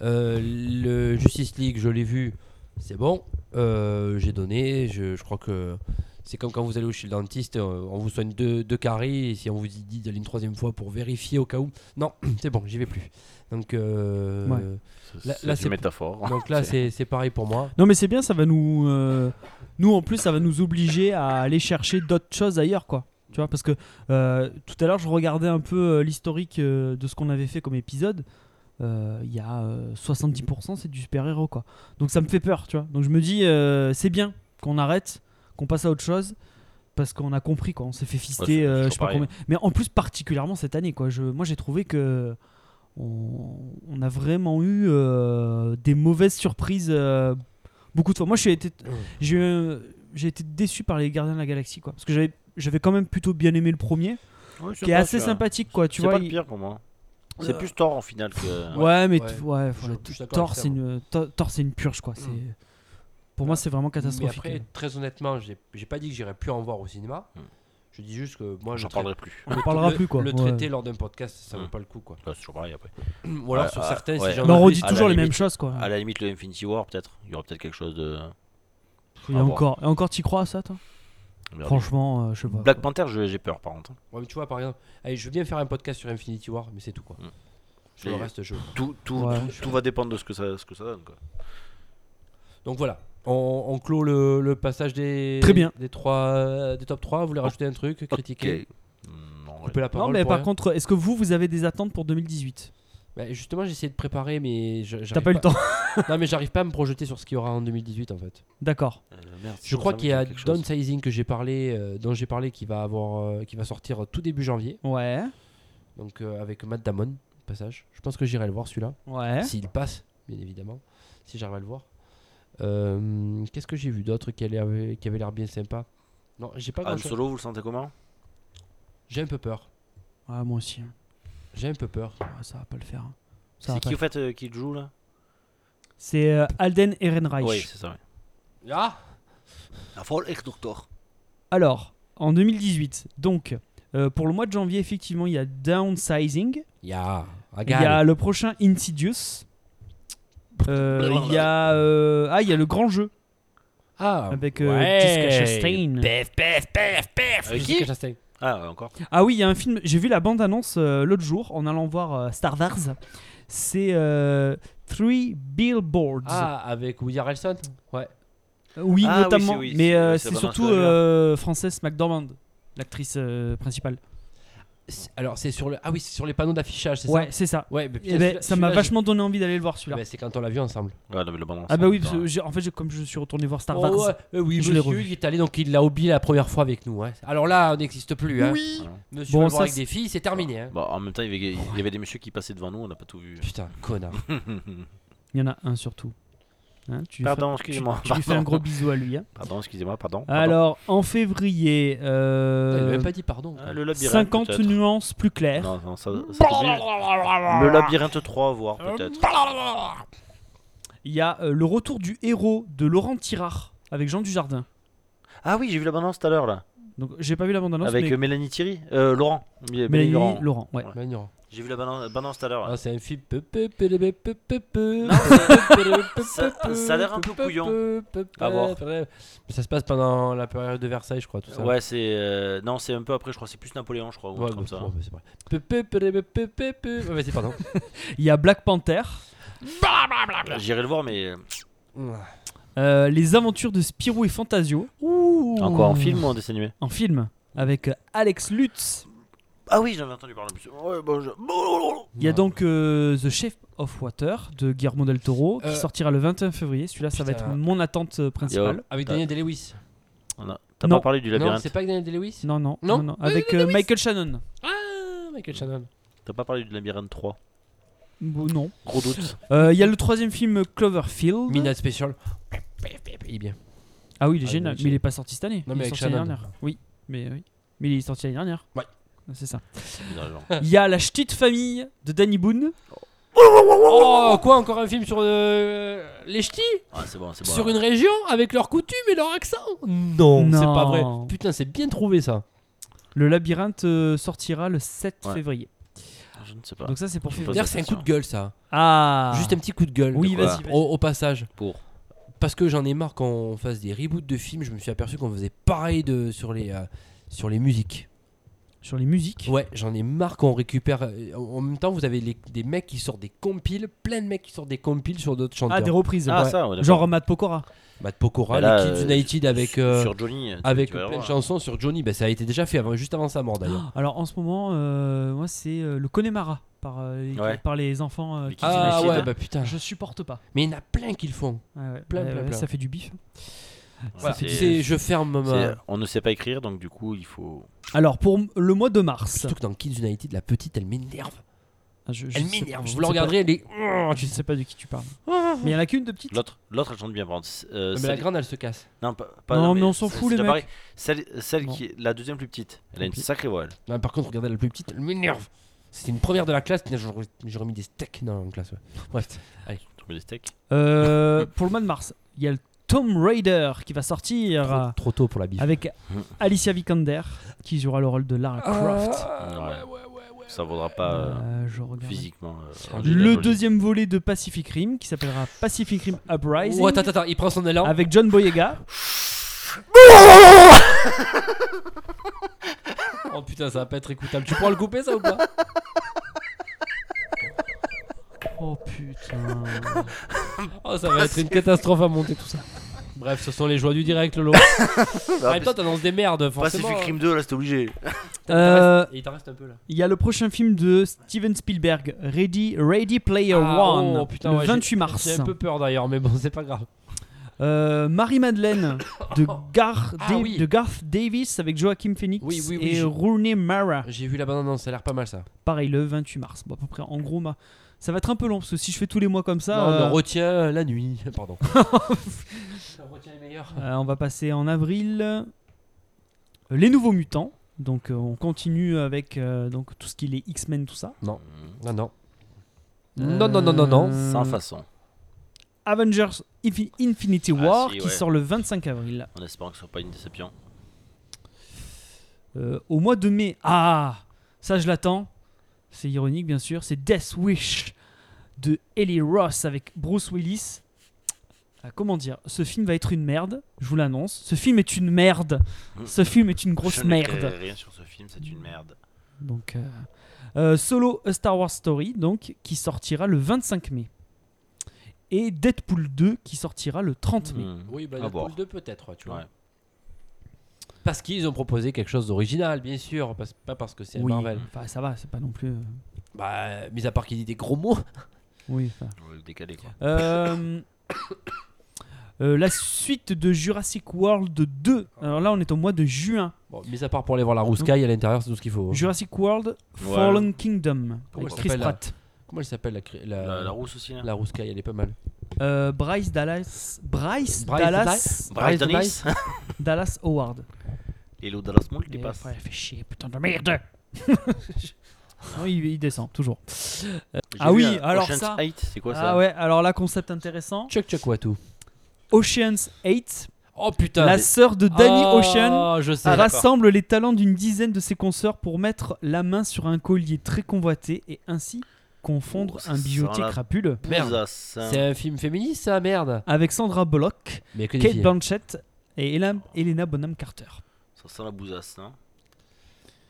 S2: Euh, le Justice League, je l'ai vu, c'est bon. Euh, J'ai donné, je, je crois que c'est comme quand vous allez au- chez le dentiste, euh, on vous soigne deux, deux caries, et si on vous dit d'aller une troisième fois pour vérifier au cas où, non, *clears throat* c'est bon, j'y vais plus. Donc, euh,
S3: Ouais.
S2: Là-
S4: C'est
S2: là, c'est-
S4: une
S2: *laughs*
S4: métaphore.
S2: donc là, c'est c'est pareil pour moi.
S3: Non mais c'est bien, ça va nous, euh, nous en plus ça va nous obliger à aller chercher d'autres choses ailleurs quoi. Tu vois parce que euh, tout à l'heure je regardais un peu euh, l'historique euh, de ce qu'on avait fait comme épisode. Euh, Il y a euh, 70% c'est du super héros quoi. Donc ça me fait peur tu vois. Donc je me dis euh, c'est bien qu'on arrête, qu'on passe à autre chose. Parce qu'on a compris quoi, on s'est fait
S4: Ouais,
S3: fister,
S4: c'est
S3: euh, je
S4: toujours
S3: sais pas
S4: pareil.
S3: combien. Mais en plus particulièrement cette année quoi, je, moi j'ai trouvé que on, on a vraiment eu euh, des mauvaises surprises euh, beaucoup de fois. Moi, j'ai été, j'ai eu- j'ai été déçu par les Gardiens de la Galaxie, quoi, parce que j'avais, j'avais quand même plutôt bien aimé le premier, qui est assez sympathique, quoi. Tu
S4: Tu
S3: vois,
S4: vois, c'est pas le
S3: il-
S4: pire pour moi.
S2: Euh,
S4: C'est plus tort en finale que.
S3: ouais, mais t-
S2: Ouais.
S3: ouais,
S2: Je-
S3: voilà,
S2: je suis
S3: t-
S2: d'accord avec
S3: Thor,
S2: ça, Mm.
S3: c'est une, Thor, Thor, c'est une purge, quoi. C'est, pour moi, c'est vraiment
S2: Mais
S3: catastrophique.
S2: après, très honnêtement, j'ai j'ai pas dit que j'irais plus en voir au cinéma.
S4: Hmm.
S2: Je dis juste que moi, je
S4: J'en parlerai plus.
S3: On en parlera
S2: le-
S3: plus, quoi.
S2: Le
S3: Ouais.
S2: traiter lors d'un podcast, ça vaut
S4: Hmm.
S2: pas le coup, quoi. *clears throat*
S4: Ouais, C'est toujours pareil après.
S2: Ou alors
S4: Ouais,
S2: sur
S4: ouais,
S2: certains,
S4: ouais.
S2: si j'en
S3: Mais on
S2: avais-
S3: redit
S4: à la
S3: toujours les mêmes
S4: limite.
S3: choses, quoi.
S2: ah,
S4: À la limite, le Infinity War, peut-être. Il y aura peut-être quelque chose de.
S3: Et
S4: à voir.
S3: encore, et encore, t'y crois à ça, toi
S4: Merde.
S3: Franchement, euh, je sais pas.
S4: Black Panther, je- j'ai peur par contre.
S2: Ouais, mais tu vois, par exemple, allez, je veux bien faire un podcast sur Infinity War, mais c'est tout, quoi.
S4: Hmm.
S2: Sur le
S4: Et-
S2: reste, je.
S4: Tout, tout,
S3: Ouais.
S4: tout, tout va dépendre de ce que ça, ce que ça donne. Quoi.
S2: Donc voilà, on, on clôt le, le passage des.
S3: Très bien.
S2: Des, trois, des top 3. Vous voulez rajouter un truc Critiquer
S4: Mm, non,
S2: Couper la parole.
S3: Non, mais
S2: pour
S3: par
S2: rien.
S3: contre, est-ce que vous, vous avez des attentes pour 2018
S2: Bah, justement, j'ai essayé de préparer, mais. je-
S3: T'as
S2: j'arrive
S3: pas eu le temps *laughs*
S2: Non, mais j'arrive pas à me projeter sur ce qu'il y aura en 2018, en fait.
S3: D'accord.
S4: ouais. Euh, merde,
S2: Je crois
S4: ça me
S2: qu'il y a
S4: dit quelque chose.
S2: Downsizing que j'ai parlé, euh, dont j'ai parlé, qui va avoir, euh, qui va sortir tout début janvier,
S3: Ouais.
S2: donc euh, avec Matt Damon au passage. Je pense que j'irai le voir celui-là,
S3: Ouais.
S2: s'il passe, bien évidemment, si j'arrive à le voir. Euh, Qu'est-ce que j'ai vu d'autre qui, a l'air- qui avait l'air bien sympa Non, j'ai pas
S4: Han
S2: grand-chose.
S4: Solo, vous le sentez comment
S2: J'ai un peu peur.
S3: Ouais, moi aussi. hein.
S2: J'ai un peu peur.
S3: Ouais, ça va pas le faire. hein. Ça va
S4: C'est
S3: pas
S4: qui au fait euh, qui le joue là
S3: C'est euh, Alden Ehrenreich.
S4: Oui, c'est ça. Ouais.
S2: Ah
S4: La folle doctor.
S3: Alors, en 2018, donc, euh, pour le mois de janvier, effectivement, il y a Downsizing,
S2: Ya,
S3: il y a le prochain Insidious, euh, il y a... euh, ah, il y a le grand jeu
S2: Ah
S3: avec euh,
S2: ouais.
S3: Jessica Chastain.
S2: Pef, pef, pef, pef
S4: Avec
S2: Jessica
S4: qui
S2: Chastain.
S4: Ah, encore
S3: Ah oui, il y a un film, j'ai vu la bande-annonce euh, l'autre jour en allant voir euh, Star Wars. C'est euh, Three Billboards.
S2: Ah, avec Woody Harrelson Ouais.
S3: Oui,
S4: Ah oui,
S3: notamment,
S4: c'est- oui,
S3: mais
S4: c'est-
S3: euh,
S4: oui, c'est
S3: c'est
S4: la bande-annonce
S3: surtout
S4: que j'ai vue, hein.
S3: euh, Frances McDormand, l'actrice euh, principale.
S2: c'est- Alors c'est sur le ah oui c'est sur les panneaux d'affichage c'est
S3: Ouais,
S2: ça
S3: c'est ça.
S2: ouais mais
S3: Eh
S2: putain,
S3: ben,
S2: celui-là-
S3: ça m'a
S2: celui-là,
S3: vachement donné envie d'aller le voir
S2: j'ai-
S3: celui-là.
S2: ben, c'est quand on l'a vu ensemble
S4: Ouais, non, mais le bande
S3: Ah bah oui,
S4: annonce,
S3: parce que j'ai- en fait, j'ai- comme je suis retourné voir Star
S2: Oh,
S3: Wars,
S2: ouais, euh, oui
S3: Je l'ai
S2: monsieur
S3: revu.
S2: il est allé donc il l'a oublié la première fois avec nous hein. alors là on n'existe plus hein. oui monsieur
S3: Bon,
S2: va le
S3: ça,
S2: voir avec
S3: c'est-
S2: des filles c'est terminé hein.
S4: Bon, Bah, en même temps, il y, avait, il y avait des messieurs qui passaient devant nous, on n'a pas tout vu.
S2: putain connard
S3: il y en a un surtout. Hein, tu lui
S4: *laughs* Pardon,
S3: fais- tu-
S4: excusez-moi,
S3: Tu, lui fais un
S4: pardon.
S3: gros bisou à lui. hein.
S4: Pardon, excusez-moi, pardon. pardon.
S3: Alors, en février,
S2: il m'a
S3: euh,
S2: même pas dit pardon
S4: Ah, le labyrinthe.
S3: 50
S4: peut-être.
S3: nuances plus claires.
S4: Non, non, ça, ça t'oblige. Le labyrinthe 3, voire peut-être.
S3: Il y a euh, le retour du héros de Laurent Tirard avec Jean Dujardin.
S4: Ah oui, j'ai vu la bande annonce tout à l'heure là.
S3: Donc, j'ai pas vu la bande-annonce,
S4: Avec
S3: mais
S4: euh, Mélanie Thierry. Euh, Laurent. Mélanie
S3: Mélanie
S4: Laurent.
S3: Laurent. ouais.
S4: Ouais.
S2: Magnan.
S4: J'ai vu la bande annonce- bande annonce tout à l'heure.
S2: Ah,
S4: là.
S2: c'est un film. peu, peu, peu, peu, peu, peu, peu, peu,
S4: Non,
S2: *laughs*
S4: *laughs*
S2: peu, peu,
S4: ça-
S2: peu,
S4: ça a l'air un peu
S2: peu,
S4: couillon.
S2: peu, peu, peu,
S4: À voir.
S2: peu. Mais ça se passe pendant la période de Versailles, je crois, tout ça.
S4: Ouais, c'est. euh, Non, c'est un peu après, je crois. C'est plus Napoléon, je crois. Ou un
S2: Ouais,
S4: truc comme
S2: bah,
S4: ça.
S2: bon, bah, c'est vrai. Peu, peu, peu, peu, peu, peu, peu. Ouais, vas-y,
S4: *laughs*
S2: pardon.
S3: Il y a Black Panther,
S4: J'irai le voir, mais. euh,
S3: euh, Les aventures de Spirou et Fantasio
S4: Encore en film ou en dessin animé
S3: en film avec euh, Alex Lutz.
S4: Ah oui, j'en avais entendu parler. monsieur. Ouais, bon, je-
S3: Il y a donc euh, The Chef of Water de Guillermo del Toro qui
S2: Euh,
S3: sortira le 21 février. Celui-là, ça va
S2: putain.
S3: être mon attente euh, principale.
S4: Yo.
S2: Avec Daniel Day-Lewis.
S4: On a- T'as
S3: Non.
S4: pas parlé du
S2: Non,
S4: labyrinthe
S2: c'est pas avec Daniel Day-Lewis
S3: Non, non,
S2: Non
S3: non, non. Avec euh, Michael Shannon.
S2: Ah, Michael Shannon.
S4: T'as pas parlé du labyrinthe 3.
S3: Bon, non.
S2: *laughs*
S4: Gros doute.
S3: Euh, Il y a le troisième film euh, Cloverfield.
S4: Mhm.
S2: Midnight Special. Il est bien.
S3: Ah oui, il est
S2: Ah,
S3: génial,
S2: Michael.
S3: mais il est pas sorti cette année.
S2: Non,
S3: il
S2: mais
S3: est
S2: avec
S3: sorti l'année
S2: Shannon.
S3: dernière. Oui, mais oui. Mais il est sorti l'année dernière. Ah,
S2: Ouais.
S3: C'est ça.
S4: C'est bizarre, genre.
S3: Il y a La Ch'tite Famille de Danny Boone.
S2: Oh, quoi, encore un film sur euh, les ch'tis
S4: Ah, c'est bon, c'est bon.
S2: Sur
S4: alors.
S2: une région avec leurs coutumes et leur accent Non, c'est
S3: Non.
S2: pas vrai. Putain, c'est bien trouvé ça.
S3: Le labyrinthe euh, sortira le 7
S4: Ouais. Bah.
S3: février.
S4: Je ne sais pas.
S3: Donc ça, c'est pour février.
S2: D'ailleurs, c'est un coup de gueule ça.
S3: Ah
S2: Juste un petit coup de gueule.
S3: Oui,
S4: De quoi
S3: vas-y. vas-y.
S2: Au, au passage.
S4: Pour.
S2: Parce que j'en ai marre qu'on fasse des reboots de films. Je me suis aperçu qu'on faisait pareil de, sur, les, euh, sur les musiques.
S3: Sur les musiques.
S2: Ouais, j'en ai marre qu'on récupère. euh, En en même temps, vous avez les- des mecs qui sortent des compiles, plein de mecs qui sortent des compiles sur d'autres chanteurs.
S3: Ah, des reprises.
S4: Ah,
S3: ouais.
S4: ça, ouais, d'accord.
S3: Genre Matt Pokora.
S2: Matt Pokora,
S4: Mais là,
S2: les Kids
S4: euh,
S2: United avec, euh,
S4: Sur Johnny. tu-
S2: avec
S4: tu vas
S2: plein de
S4: voir.
S2: chansons sur Johnny. Bah, ça a été déjà fait avant, juste avant sa mort d'ailleurs.
S3: Alors en ce moment, euh, moi, c'est euh, le Connemara par, euh, les,
S4: Ouais.
S3: par les enfants euh,
S4: Les
S3: qui
S4: Kids Ah,
S3: disent-
S4: United.
S2: ouais, bah putain.
S3: Je supporte pas.
S2: Mais il y en a plein qui le font.
S3: Ouais, ouais,
S2: Plein,
S3: ouais,
S2: plein,
S3: ouais,
S2: plein.
S3: Ça fait du bif.
S4: Voilà,
S2: C'est-
S4: c'est-
S2: c'est- je ferme ma.
S4: c'est- On ne sait pas écrire, donc du coup, il faut.
S3: Alors pour m- le mois de mars.
S2: Surtout que dans Kids United, la petite, elle m'énerve.
S3: Ah, je- je
S2: Elle
S3: sais-
S2: m'énerve.
S3: je
S2: Vous
S3: ne
S2: la
S3: sais pas-
S2: regarderez, elle est. Oh,
S3: Je ne sais pas de qui tu
S2: *laughs*
S3: parles. Mais il y en a qu'une de petite.
S4: L'autre, l'autre, elle chante bien, par contre. C'est- euh,
S2: Mais
S4: celle-
S2: la grande, elle se casse.
S4: Non, pas, pas-
S3: Non, mais on s'en
S4: c'est-
S3: fout, les
S4: c'est pas
S3: mecs.
S4: pareil. Celle, celle
S3: Bon.
S4: qui est la deuxième plus petite, elle a une
S2: Tant pis.
S4: sacrée voix. elle.
S2: Non, par contre, regardez la plus petite, elle m'énerve. C'était une première de la classe, putain, j'aurais j'aurais mis des steaks dans la classe. ouais. Bref,
S4: Tu mets des steaks.
S2: *laughs*
S3: Euh, pour le mois de mars, il y a le Tomb Raider qui va sortir
S2: trop,
S3: euh,
S2: trop tôt pour la bif. *laughs*
S3: avec Alicia Vikander qui jouera le rôle de Lara
S2: Ah.
S3: Croft.
S4: Ah, ouais, Ça vaudra pas euh,
S3: Euh, je regarde.
S4: physiquement.
S2: Le
S4: euh,
S3: Le
S4: Angelina
S3: deuxième volet de Pacific Rim qui s'appellera Pacific Rim Uprising
S2: Oh, attends, attends, attends, il prend son élan.
S3: avec John Boyega.
S2: *laughs* Oh putain, ça va pas être écoutable. Tu pourras le couper ça ou pas
S3: Oh putain.
S2: Oh, ça
S3: Ah,
S2: va être une catastrophe à monter tout ça. Bref, ce sont les joies du direct, Lolo.
S4: Jolie.
S2: en même temps, t'annonces des merdes,
S4: Ah, Pacific
S2: forcément. Ah,
S4: Rim 2, là, c'était obligé.
S2: T'as- t'en
S3: Euh,
S2: restes- Il t'en reste un peu là.
S3: Il y a le prochain film de Steven Spielberg, Ready, Ready Player
S2: Ah,
S3: One,
S2: oh, putain,
S3: le
S2: ouais, j'ai-
S3: 28 mars.
S2: J'ai un peu peur d'ailleurs, mais bon, c'est pas grave.
S3: Euh, Marie-Madeleine de, Garth
S2: *coughs* Ah
S3: Da-
S2: oui.
S3: de Garth Davis avec Joachim Phoenix
S2: Oui, oui, oui,
S3: et
S2: je-
S3: Rooney Mara.
S2: J'ai vu la bande annonce, ça a l'air pas mal ça.
S3: Pareil, le 28 mars. Bon, à peu près, en gros, ma... ça va être un peu long parce que si je fais tous les mois comme ça,
S2: Non,
S3: euh,
S2: On en retient la nuit,
S3: *laughs*
S2: *laughs* pardon. on retient les meilleurs.
S3: euh, on va passer en avril. Euh, Les Nouveaux Mutants. Donc, euh, on continue avec euh, donc, tout ce qui est X-Men, tout ça.
S2: Non, non. Non, non, non, non, non.
S3: Euh,
S4: Sans façon.
S3: Avengers Infi- Infinity
S4: Ah,
S3: War
S4: si,
S3: qui
S4: ouais.
S3: sort le 25 avril.
S4: En espérant que ce soit pas une déception.
S3: Euh, au mois de mai. Ah Ça, je l'attends. C'est ironique, bien sûr. C'est Death Wish de Ellie Ross avec Bruce Willis. Ah, comment dire Ce film va être une merde, je vous l'annonce. Ce film est une merde. Ce film est une grosse
S4: Je ne dirai
S3: merde.
S4: Rien sur ce film, c'est une merde.
S3: Donc, euh, euh, Solo A Star Wars Story, donc, qui sortira le 25 mai. Et Deadpool 2 qui sortira le 30 mai.
S4: Hmm.
S2: Oui, bah
S4: À
S2: Deadpool
S4: voir.
S2: 2 peut-être, tu vois.
S4: Ouais.
S2: Parce qu'ils ont proposé quelque chose d'original, bien sûr, parce- pas parce que c'est
S3: oui,
S2: Marvel.
S3: enfin, ça va, c'est pas non plus. euh,
S2: Bah, mis à part qu'il dit des gros mots.
S3: Oui, enfin.
S4: On va le décaler quoi.
S3: Euh, *coughs* euh, la suite de Jurassic World 2. Alors là, on est au mois de juin.
S2: Bon, mis à part pour aller voir la rouscaille à l'intérieur, c'est tout ce qu'il faut. hein.
S3: Jurassic World Fallen Kingdom.
S2: Comment
S3: avec
S2: elle
S3: Chris
S2: s'appelle,
S3: Pratt.
S2: Comment elle s'appelle la, cri- la,
S4: La, la rousse aussi là.
S2: la rouscaille Elle est pas mal.
S3: Euh, Bryce Dallas. Bryce,
S2: Bryce
S3: Dallas.
S4: Bryce
S2: Bryce
S4: Dennis *laughs*
S3: Dallas Howard.
S4: Hello Dallas Moon qui
S3: Mais
S4: passe.
S3: ouais, fais chier, putain de merde. Non, il, il descend toujours.
S4: J'ai
S3: Ah
S4: vu
S3: oui,
S4: un
S3: alors
S4: Ocean's
S3: ça.
S4: Eight, c'est quoi ça
S3: Ah ouais, alors là, concept intéressant.
S2: Chuck Chuck Watu.
S3: Ocean's 8,
S2: Oh putain.
S3: la
S2: des-
S3: sœur de Danny
S2: Ah,
S3: Ocean,
S2: je sais.
S3: rassemble les talents d'une dizaine de ses consoeurs pour mettre la main sur un collier très convoité et ainsi confondre
S4: Oh, ça
S3: un bijoutier
S4: sent la-
S3: crapule
S2: merde.
S4: Pouzasse, hein.
S2: C'est un film féministe, ça, merde.
S3: avec Sandra Bullock,
S2: Mais que des
S3: Kate
S2: filles.
S3: Blanchett et Ela- Elena Bonham Carter.
S4: *laughs* Ça sent la bousasse. Hein.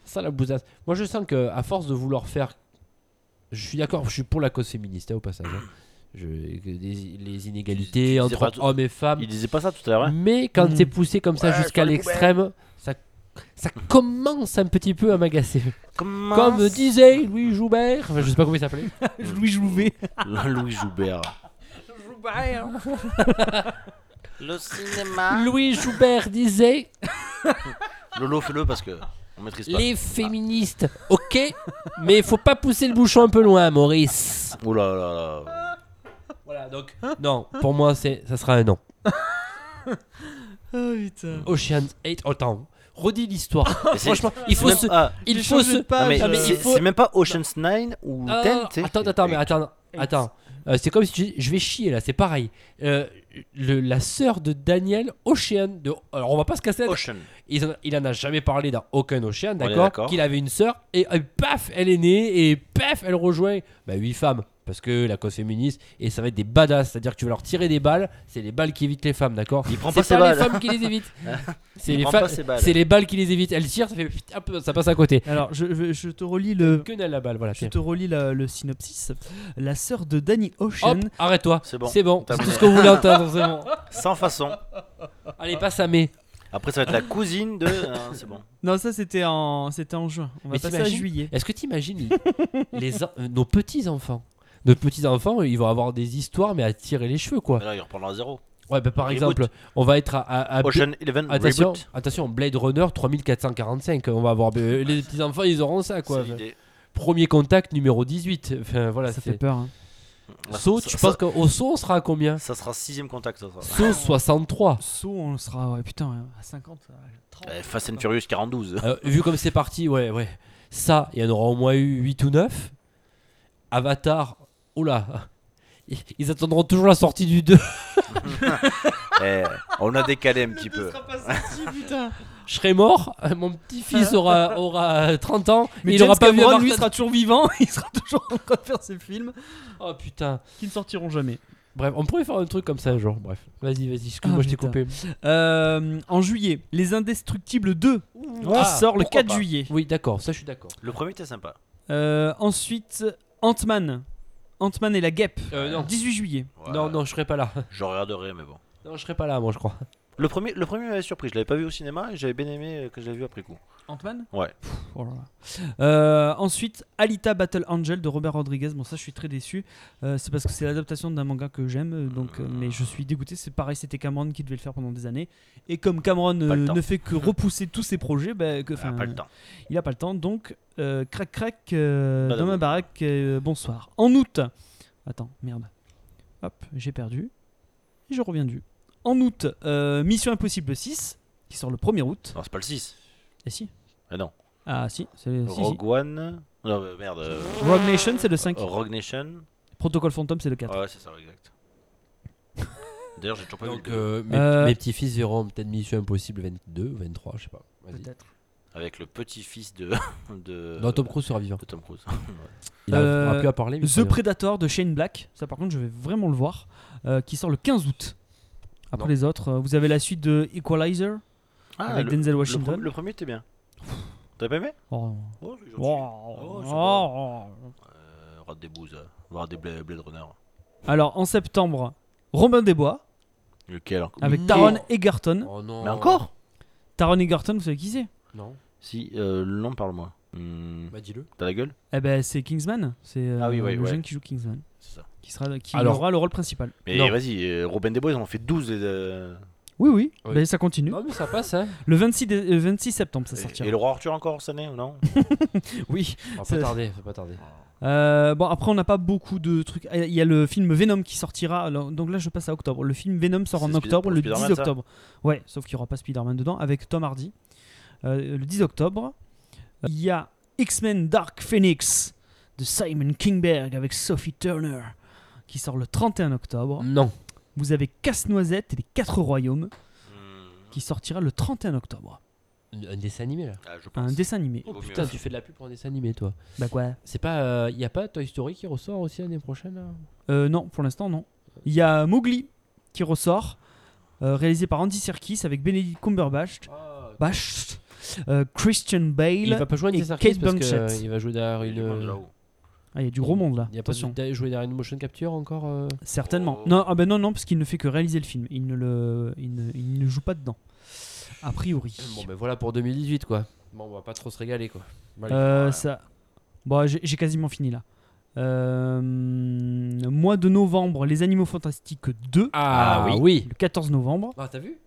S2: Ça, la bousasse. Moi, je sens que à force de vouloir faire. Je suis d'accord, je suis pour la cause féministe, hein, au passage. hein. Je- que des- les inégalités
S4: disais pas
S2: entre
S4: tout-
S2: hommes et femmes.
S4: Il disait pas ça tout à l'heure. hein.
S2: Mais quand
S3: Mm.
S2: c'est poussé comme ça
S5: Ouais,
S2: jusqu'à
S5: sur les
S2: l'extrême, ça, ça commence un petit peu à m'agacer.
S4: Comment
S2: Comme disait Louis Joubert, enfin, je sais pas comment il s'appelait.
S3: Louis Jouvet.
S4: Louis Joubert.
S2: *laughs*
S4: Le cinéma.
S2: Louis Joubert disait
S4: Lolo, fais-le parce que on maîtrise pas.
S2: les féministes, ok, mais faut pas pousser le bouchon un peu loin, Maurice.
S4: Oh là là là.
S2: Voilà, donc non, pour moi c'est, ça sera un non.
S3: Oh putain.
S2: Ocean's 8, attends, redis l'histoire.
S4: Mais c'est-
S2: Oh, Franchement, il faut
S4: même
S2: se,
S4: pas-
S2: il
S3: Je
S2: faut
S3: change
S2: se,
S3: de page.
S4: non, mais
S2: Ah, mais il
S4: c'est
S2: faut-
S4: c'est même pas Ocean's 9 ou
S2: Ah,
S4: 10. tu sais.
S2: attends, attends, mais attends, attends. Euh, c'est comme si tu dis, je vais chier là, c'est pareil. Euh, le- la sœur de Daniel Ocean, de, alors on va pas se casser la tête.
S4: Ocean.
S2: Ils en- il en a jamais parlé dans aucun Ocean,
S4: est
S2: d'accord
S4: d'accord.
S2: Qu'il avait une sœur et euh, paf, elle est née et paf, elle rejoint bah, 8 femmes parce que la cause féministe et ça va être des badass, c'est-à-dire que tu vas leur tirer des balles, c'est les balles qui évitent les femmes,
S4: *laughs*
S2: d'accord
S4: Il prend
S2: C'est
S4: pas ses
S2: pas les
S4: balles.
S2: femmes qui les
S4: *laughs*
S2: évitent. c'est
S4: Il
S2: les
S4: prend
S2: fa-
S4: pas ses balles.
S2: c'est les balles qui les évitent. Elles tirent, ça fait pfft, hop, ça passe à côté.
S3: Alors, je, je- je te relis le.
S2: Que dalle la balle, voilà.
S3: Je
S2: tiens.
S3: te relis la- le synopsis. La sœur de Danny Ocean.
S2: Hop, arrête-toi.
S4: C'est bon.
S2: C'est bon.
S4: T'as
S2: C'est tout
S4: bon.
S2: ce que vous voulez entendre.
S4: *laughs*
S2: c'est bon.
S4: Sans façon.
S2: Allez, passe à mai.
S4: Après, ça va être la cousine de. hein, c'est bon.
S3: Non, ça c'était en, c'était en juin. On va
S2: Mais
S3: passer à
S2: t'imagines
S3: juillet.
S2: Est-ce que tu imagines les, en- euh, nos petits-enfants Nos petits-enfants, ils vont avoir des histoires, mais à tirer les cheveux, quoi.
S4: Mais là, il reprendra à zéro.
S2: Ouais, bah, par
S4: Reboot.
S2: exemple, on va être à. à- à-
S4: Ocean 11
S2: attention,
S4: Reboot.
S2: attention, Blade Runner 3445. On va avoir. euh, les petits-enfants, ils auront ça,
S4: C'est
S2: quoi.
S4: l'idée.
S2: Premier contact numéro 18. Enfin, voilà.
S3: ça fait
S2: c'est-
S3: peur. hein.
S4: Là,
S2: Saut,
S4: ça-
S2: tu
S4: ça-
S2: penses qu'au saut, on sera à combien
S4: Ça sera sixième contact. Ça sera.
S2: Saut 63.
S3: Saut, on sera ouais, putain hein, à 50, à 30.
S4: Eh, Fast and Furious 42.
S2: Euh, vu comme c'est parti, ouais, ouais. Ça, il y en aura au moins eu 8 ou 9. Avatar, oula. Ils- Ils attendront toujours la sortie du 2.
S4: *laughs* Eh, on a décalé un petit peu.
S2: Je serai mort, euh, mon petit-fils aura, aura 30 ans,
S3: Mais
S2: il
S3: James
S2: aura pas vu
S3: Cameron,
S2: Avatar.
S3: lui sera toujours vivant, *laughs* il sera toujours en train de faire ses films
S2: Oh putain.
S3: qui ne sortiront jamais.
S2: Bref, on pourrait faire un truc comme ça, genre, bref. Vas-y, vas-y, excuse-moi,
S3: Ah,
S2: je t'ai
S3: putain.
S2: coupé.
S3: Euh, en juillet, Les Indestructibles 2
S2: Ah,
S3: qui sort le
S2: pourquoi
S3: 4
S2: pas.
S3: juillet.
S2: Oui, d'accord, ça je suis d'accord.
S4: Le premier était sympa.
S3: Euh, ensuite, Ant-Man. Ant-Man et la guêpe,
S2: Euh, non.
S3: 18 juillet.
S4: Ouais,
S2: Non, non, je serai pas là. *laughs*
S4: Je regarderai, mais bon.
S2: Non, je serai pas là, moi, je crois.
S4: Le premier, le premier m'avait surpris. Je l'avais pas vu au cinéma et j'avais bien aimé euh, que je l'avais vu après coup.
S3: Ant-Man
S4: Ouais.
S3: Pff, oh là là. Euh, ensuite, Alita Battle Angel de Robert Rodriguez. Bon, ça, je suis très déçu. Euh, c'est parce que c'est l'adaptation d'un manga que j'aime. euh, Donc, euh, mais je suis dégoûté. C'est pareil, c'était Cameron qui devait le faire pendant des années. Et comme Cameron euh,
S4: Pas le temps.
S3: ne fait que repousser tous ses projets, bah, que,
S4: Ah,
S3: enfin,
S4: pas
S2: euh,
S4: le temps.
S3: il n'a pas le temps. Donc, euh, crac crac, euh,
S4: Badaboum.
S3: dans ma baraque, euh, bonsoir. En août. Attends, merde. Hop, j'ai perdu. Et je reviens du. En août, euh, Mission Impossible 6, qui sort le 1er août.
S4: Non, c'est pas le 6.
S3: Et si
S4: Ah non.
S3: Ah si, c'est si, si.
S4: Rogue One. Non, euh, merde. euh,
S3: Rogue Nation, c'est le 5.
S4: euh, Rogue Nation.
S3: Protocole Phantom, c'est le 4.
S4: Ouais, c'est ça,
S2: *laughs*
S4: exact. D'ailleurs, j'ai toujours pas vu
S2: Donc,
S4: le deux.
S2: euh, mes,
S3: Euh.
S2: mes petits-fils verront peut-être Mission Impossible 22 ou 23, je sais pas. Vas-y.
S3: Peut-être.
S4: Avec le petit-fils de. *laughs* de
S2: Non, Tom Cruise Ah, sera vivant.
S4: de Tom *laughs* Cruise.
S2: Il n'arrivera
S3: Euh,
S2: plus à parler. mais c'est
S3: The
S2: bien.
S3: Predator de Shane Black, ça par contre je vais vraiment le voir, euh, qui sort le 15 août. Après
S2: Non.
S3: les autres, euh, vous avez la suite de Equalizer
S4: Ah,
S3: avec
S4: le,
S3: Denzel
S4: le pre-
S3: Washington.
S4: le premier était bien. T'as pas aimé
S3: Oh.
S4: Oh, c'est gentil.
S3: Oh,
S4: je sais
S3: oh.
S4: Euh, rate des bouses. euh, Rate des Bla- Blade Runner.
S3: Alors en septembre, Robin des Bois
S4: Lequel encore
S3: avec
S2: Non.
S3: Taron Egerton.
S2: Oh non.
S4: Mais encore
S3: Taron Egerton, vous savez qui c'est
S2: Non.
S4: Si, euh, le nom, parle-moi. Hmm,
S2: Bah dis-le.
S4: T'as la gueule
S3: Eh ben, c'est Kingsman. C'est euh,
S4: Ah oui, ouais,
S3: le
S4: ouais.
S3: jeune qui joue Kingsman.
S4: C'est ça.
S3: Qui, sera, qui
S2: Alors-
S3: aura le rôle principal.
S4: Mais
S2: Non.
S4: vas-y, euh, Robin des Bois, ils en ont fait 12. les, euh,
S3: Oui, oui.
S2: Oui.
S3: Ben, ça continue.
S2: Non mais ça
S3: *laughs*
S2: passe hein.
S3: Le 26, dé- euh, 26 septembre, ça
S4: Et,
S3: sortira.
S4: et le roi Arthur encore cette année ou non
S3: Oui.
S2: On va
S3: Ça-
S2: pas tarder, faut pas tarder.
S3: Euh, bon, après, on n'a pas beaucoup de trucs. Ah, Il y a le film Venom qui sortira. Alors, Donc là, je passe à octobre. Le film Venom sort
S4: C'est
S3: en
S4: Spi-
S3: octobre,
S4: pour
S3: le 10
S4: Spider-Man, ça
S3: octobre. Ouais, sauf qu'il n'y aura pas Spider-Man dedans, avec Tom Hardy. Euh, le 10 octobre, euh, il y a X-Men Dark Phoenix de Simon Kingberg avec Sophie Turner qui sort le 31 octobre.
S2: Non.
S3: Vous avez Casse-Noisette et les Quatre Royaumes
S4: Hmm.
S3: qui sortira le 31 octobre.
S2: Un dessin animé là. Oh,
S4: Ah, Je
S3: Un
S4: pense.
S3: dessin animé.
S4: Vaut mieux.
S2: Putain, tu fais de la pub pour un dessin animé toi.
S3: Bah quoi
S2: C'est pas il y a pas Toy Story qui ressort aussi l'année prochaine là
S3: Euh, non, pour l'instant, non. Il y a Mowgli qui ressort, euh, réalisé par Andy Serkis avec Benedict Cumberbatch,
S4: Ah.
S3: Bash, euh, Christian Bale.
S2: Il va pas jouer à
S3: et
S2: Nicolas
S3: Kate
S2: Cage parce que,
S3: Blanchett.
S2: euh, il va jouer derrière
S4: Il
S2: une
S4: est pas de
S2: euh,
S4: là-haut.
S3: Ah, il y a du gros monde là.
S2: il a pas
S3: Attention.
S2: joué derrière une motion capture encore euh,
S3: Certainement.
S4: Oh.
S3: Non, ah ben non, non, parce qu'il ne fait que réaliser le film. Il ne, le, il ne, il ne joue pas dedans. A priori.
S2: Bon ben voilà pour 2018 quoi. Bon, on va pas trop se régaler quoi. allez,
S3: Euh, ça... Bon, j'ai j'ai quasiment fini là. Euh, mois de novembre, Les Animaux Fantastiques 2,
S2: Ah, oui.
S3: le 14 novembre.
S2: Ah t'as vu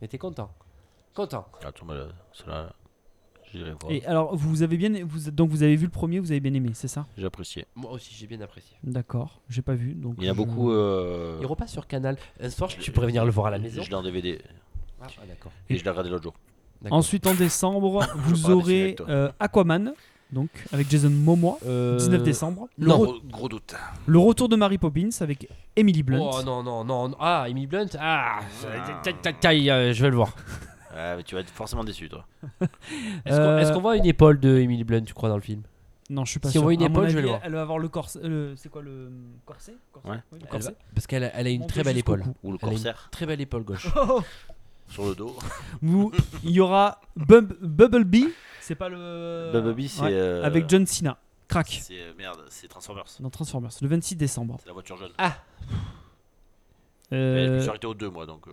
S2: Mais t'es content. Content.
S4: Ah, Attends, mais là, celle-là, j'irai voir.
S3: Et alors, vous avez bien, vous, donc vous avez vu le premier, vous avez bien aimé, c'est ça
S4: J'ai apprécié.
S2: Moi aussi j'ai bien apprécié.
S3: D'accord, j'ai pas vu. Donc
S4: Il y en a
S3: je-
S4: beaucoup. euh,
S2: Il repasse sur Canal. Un soir
S4: je-
S2: tu pourrais venir le voir à la maison.
S4: Je l'ai en DVD
S2: Ah, ah, d'accord.
S4: et je l'ai regardé l'autre jour.
S2: D'accord.
S3: Ensuite, en
S4: *laughs*
S3: décembre, vous
S4: parle des films
S3: aurez
S4: avec toi.
S3: euh, Aquaman, donc avec Jason Momoa,
S2: Euh,
S3: 19 décembre. Le,
S2: non.
S3: re-
S4: Gros, gros doute.
S3: le retour de Mary Poppins avec Emily Blunt.
S2: Oh non, non, non. non. Ah, Emily Blunt Ah, taille, taille, taille, euh, je vais le voir.
S4: Ah, mais tu vas être forcément déçu, toi.
S2: Est-ce qu'on-
S3: Euh,
S2: est-ce qu'on voit une épaule de Emily Blunt, tu crois, dans le film
S3: Non, je suis pas
S2: Si
S3: sûr.
S2: on voit une
S3: À mon
S2: épaule, je vais
S3: avis,
S2: le voir.
S3: Elle va avoir le corset. euh, le- C'est quoi le corset, Corset
S4: Ouais.
S3: Oui, le
S2: Elle
S3: corset.
S2: va- Parce qu'elle a- elle a une
S3: Monter
S2: très belle
S3: jusqu'au
S2: épaule.
S3: cou.
S4: Ou le
S2: Elle a une
S4: corsaire
S2: Très belle épaule *laughs* gauche.
S4: sur le dos.
S3: Vous- il y aura Bub- Bubble Bee, c'est pas le.
S4: Bubble Bee, c'est.
S3: Ouais.
S4: euh,
S3: Avec John Cena. Crack.
S4: C'est euh, merde, c'est Transformers.
S3: Dans Transformers, le 26 décembre.
S4: C'est la voiture jaune. Ouais, Je me
S3: Euh,
S4: suis arrêté aux deux, moi, donc. euh,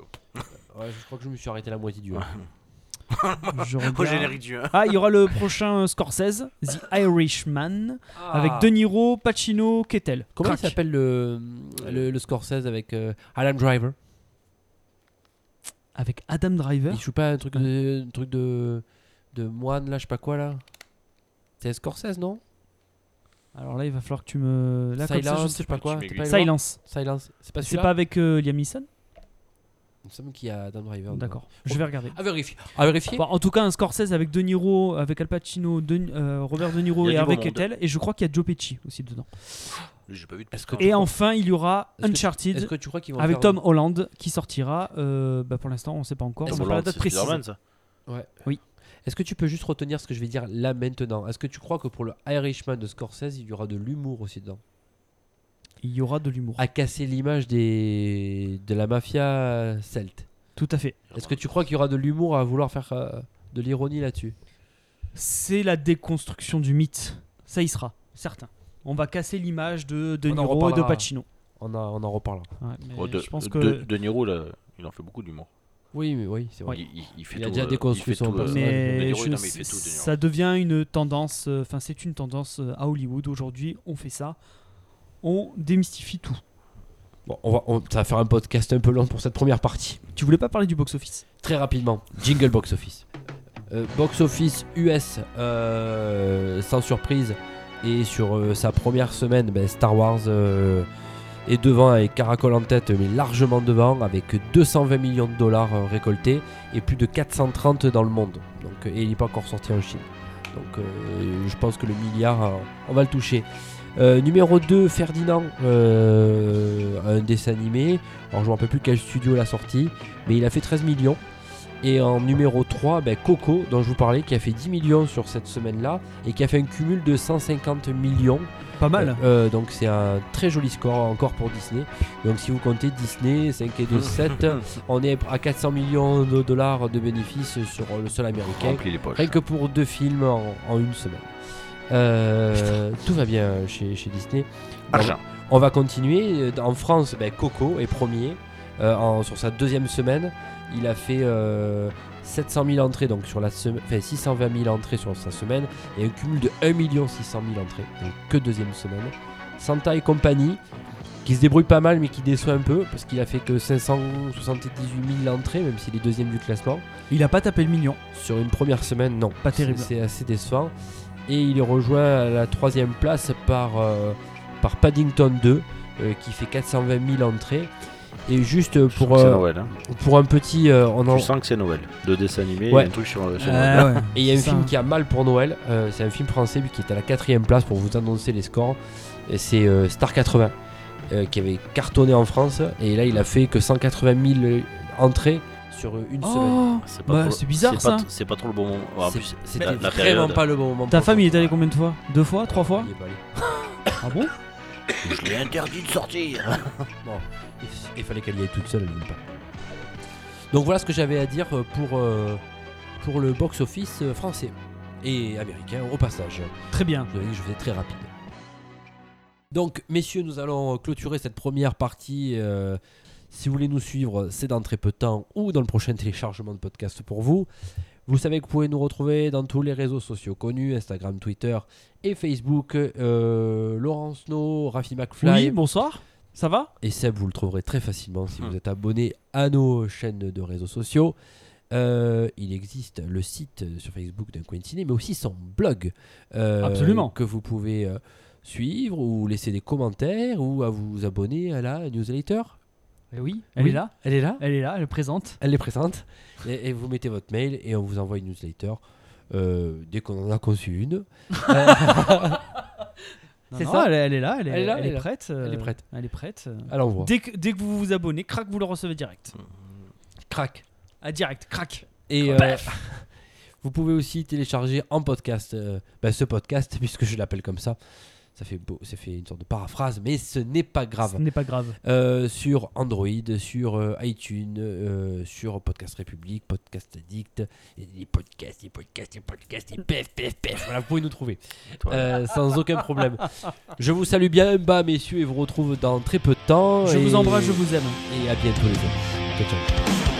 S2: Ouais, je crois que je me suis arrêté à la moitié du.
S3: je
S4: *laughs* Au
S3: regarde.
S4: générique du 1.
S3: Ah, il y aura le prochain euh, Scorsese, The Irishman,
S2: Ah.
S3: avec De Niro, Pacino, Kettel.
S2: Comment
S3: Crack.
S2: il s'appelle le, le, le Scorsese avec euh, Alan Driver
S3: Avec Adam Driver.
S2: Il joue pas un truc de, un truc de, de moine là, je sais pas quoi là C'est Scorsese non
S3: Alors là, il va falloir que tu me. Là, comme
S2: Silence,
S3: ça, je
S2: je
S3: sais
S2: sais pas quoi.
S4: tu
S2: t'es
S4: m'aiguilles.
S2: pas
S3: pas.
S2: allé
S3: Silence.
S2: voir Silence. C'est pas
S3: C'est
S2: celui-là
S3: pas avec euh, Liam Neeson
S2: Il me semble qu'il y a Adam Driver. dedans.
S3: D'accord. Je vais regarder.
S2: À vérifier. À vérifier.
S3: Bon, en tout cas, un Scorsese avec De Niro, avec Al Pacino, De- euh, Robert De Niro
S4: Il
S3: et
S4: y a du
S3: Harvey
S4: beau monde.
S3: Kettel. Et je crois qu'il y a Joe Pesci aussi dedans.
S4: J'ai pas vu depuis
S2: Est-ce que
S4: longtemps.
S3: Et enfin, il y aura
S2: Est-ce que- Est-ce
S3: Uncharted
S2: que tu crois qu'ils vont
S3: avec
S2: faire-
S3: Tom Holland qui sortira. euh, bah, pour l'instant, on sait pas encore.
S4: Tom
S3: On n'a pas la
S4: Holland,
S3: date
S4: c'est
S3: précise.
S4: Spider-Man, ça
S2: Est-ce que tu peux juste retenir ce que je vais dire là maintenant Est-ce que tu crois que pour le Irishman de Scorsese, il y aura de l'humour aussi dedans
S3: Il y aura de l'humour.
S2: À casser l'image des de la mafia celte.
S3: Tout à fait.
S2: Est-ce que tu crois qu'il y aura de l'humour à vouloir faire euh, de l'ironie là-dessus
S3: C'est la déconstruction du mythe. Ça y sera, certain. On va casser l'image de De
S2: On en
S3: Niro et de
S2: reparlera.
S3: Pacino.
S2: on, en- on en reparlera.
S3: Ouais, mais
S4: Oh, de,
S3: Euh, je pense
S4: de-
S3: que
S4: de, de Niro, là, il en fait beaucoup d'humour.
S2: Oui, mais oui, c'est vrai.
S4: Il, il- il fait
S2: Il a
S4: tout.
S2: déjà
S4: euh,
S2: déconstruit
S4: il fait
S2: son
S4: tout, euh,
S2: personnage.
S3: mais
S4: De Niro,
S3: je-
S4: non, mais il fait tout, De Niro.
S3: ça devient une tendance. euh, Enfin, c'est une tendance euh, à Hollywood aujourd'hui. On fait ça. On démystifie tout.
S2: Bon, on va, on- ça va faire un podcast un peu long pour cette première partie.
S3: Tu voulais pas parler du box office
S2: Très rapidement, jingle box office. Euh, box office US, euh, sans surprise, et sur euh, sa première semaine, ben, Star Wars euh, est devant avec Caracol en tête, mais largement devant, avec 220 millions de dollars euh, récoltés et plus de 430 dans le monde. Donc, euh, et il n'est pas encore sorti en Chine. Donc euh, je pense que le milliard, euh, on va le toucher. Euh, numéro 2, Ferdinand, euh, un dessin animé. Alors je ne me rappelle plus quel studio l'a sorti, mais il a fait 13 millions. Et en numéro 3, ben, Coco, dont je vous parlais, qui a fait 10 millions sur cette semaine-là et qui a fait un cumul de 150 millions.
S3: Pas mal.
S2: Euh, euh, donc c'est un très joli score encore pour Disney. Donc si vous comptez Disney, 5 et 2, 7, on est à 400 millions de dollars de bénéfices sur le sol américain.
S4: Remplis les poches.
S2: Rien que pour deux films en, en une semaine. Euh, tout va bien chez, chez Disney. On va-
S4: Argent.
S2: On va continuer. En France, ben, Coco est premier. Euh, en- sur sa deuxième semaine, il a fait euh, 700 000 entrées donc sur la semaine, enfin 620 000 entrées sur sa semaine et un cumul de 1 600 000 entrées, donc que deuxième semaine. Santa et compagnie, qui se débrouille pas mal mais qui déçoit un peu parce qu'il a fait que 578 000 entrées, même s'il est deuxième du classement.
S3: Il a pas tapé le million.
S2: Sur une première semaine, non.
S3: Pas terrible.
S2: C'est c'est assez décevant. Et il est rejoint à la troisième place par, euh, par Paddington 2, euh, qui fait 420 000 entrées. Et juste euh, pour,
S4: C'est
S2: euh,
S4: Noël. Hein.
S2: pour un petit. euh, on en-
S4: Tu sens que c'est Noël. De dessin animé,
S2: Ouais.
S4: un truc sur, sur Noël.
S3: Ah ouais.
S2: Et il y a un
S3: Ça.
S2: film qui a mal pour Noël. euh, c'est un film français lui, qui est à la quatrième place pour vous annoncer les scores. Et C'est euh, Star 80 euh, qui avait cartonné en France. Et là, il a fait que 180 000 euh, entrées sur euh, une semaine.
S3: Oh
S4: C'est
S3: Bah,
S4: trop-
S3: c'est bizarre,
S4: pas
S3: ça.
S4: tr- c'est pas trop le bon moment. Oh, En
S2: C'est-
S4: plus,
S2: C'était
S4: la- la
S2: vraiment
S4: période.
S2: pas le bon moment.
S3: Ta
S2: pour
S3: femme,
S2: ça.
S3: il est allée combien de fois Deux fois Trois fois
S2: Il est pas allé.
S3: Ah bon
S7: Je l'ai interdit de sortir.
S2: Il f- Il fallait qu'elle y aille toute seule, elle voulait pas. Donc voilà ce que j'avais à dire euh, pour, euh, pour le box-office euh, français et américain au passage.
S3: Très bien.
S2: Vous avez vu que je faisais très rapide. Donc, messieurs, nous allons clôturer cette première partie. euh, si vous voulez nous suivre, c'est dans très peu de temps ou dans le prochain téléchargement de podcast pour vous. Vous savez que vous pouvez nous retrouver dans tous les réseaux sociaux connus, Instagram, Twitter et Facebook. Euh, Laurent Snow, Rafi McFly,
S3: Oui, bonsoir. Ça va
S2: et Seb, vous le trouverez très facilement si vous
S4: Hmm.
S2: êtes abonné à nos chaînes de réseaux sociaux. Euh, il existe le site sur Facebook d'un coin de ciné, mais aussi son blog euh,
S3: Absolument.
S2: que vous pouvez euh, suivre ou laisser des commentaires ou à vous abonner à la newsletter.
S3: Eh Oui, elle
S2: Oui.
S3: est là.
S2: Elle est là,
S3: Elle est là, elle est présente.
S2: elle est présente. Et, et vous mettez votre mail et on vous envoie une newsletter euh, dès qu'on en a conçu une.
S3: Euh, Non,
S2: C'est
S3: non,
S2: ça
S3: Elle, elle est là, elle est,
S2: Elle est là,
S3: elle
S2: elle
S3: est
S2: est là.
S3: prête. euh,
S2: Elle est prête.
S3: Elle est prête. euh.
S2: À l'envoi.
S3: Dès que, dès que vous vous abonnez, crac, vous le recevez direct.
S2: Crac.
S3: À direct, crac.
S2: Et
S3: Bam.
S2: euh, *laughs* vous pouvez aussi télécharger en podcast euh, bah, ce podcast, *laughs* puisque je l'appelle comme ça. Ça fait, beau, ça fait une sorte de paraphrase, mais ce n'est pas
S3: Ce
S2: grave.
S3: n'est pas grave.
S2: Euh, sur Android, sur euh, iTunes, euh, sur Podcast République, Podcast Addict, et les podcasts, les podcasts, les podcasts, les pef, pef, pef. Voilà, vous pouvez nous trouver Euh, sans aucun problème. Je vous salue bien bas, messieurs, Oh, et vous retrouve dans très peu de temps.
S3: Je
S2: et-
S3: vous embrasse, je vous aime.
S2: Et à bientôt, les amis. Ciao, ciao.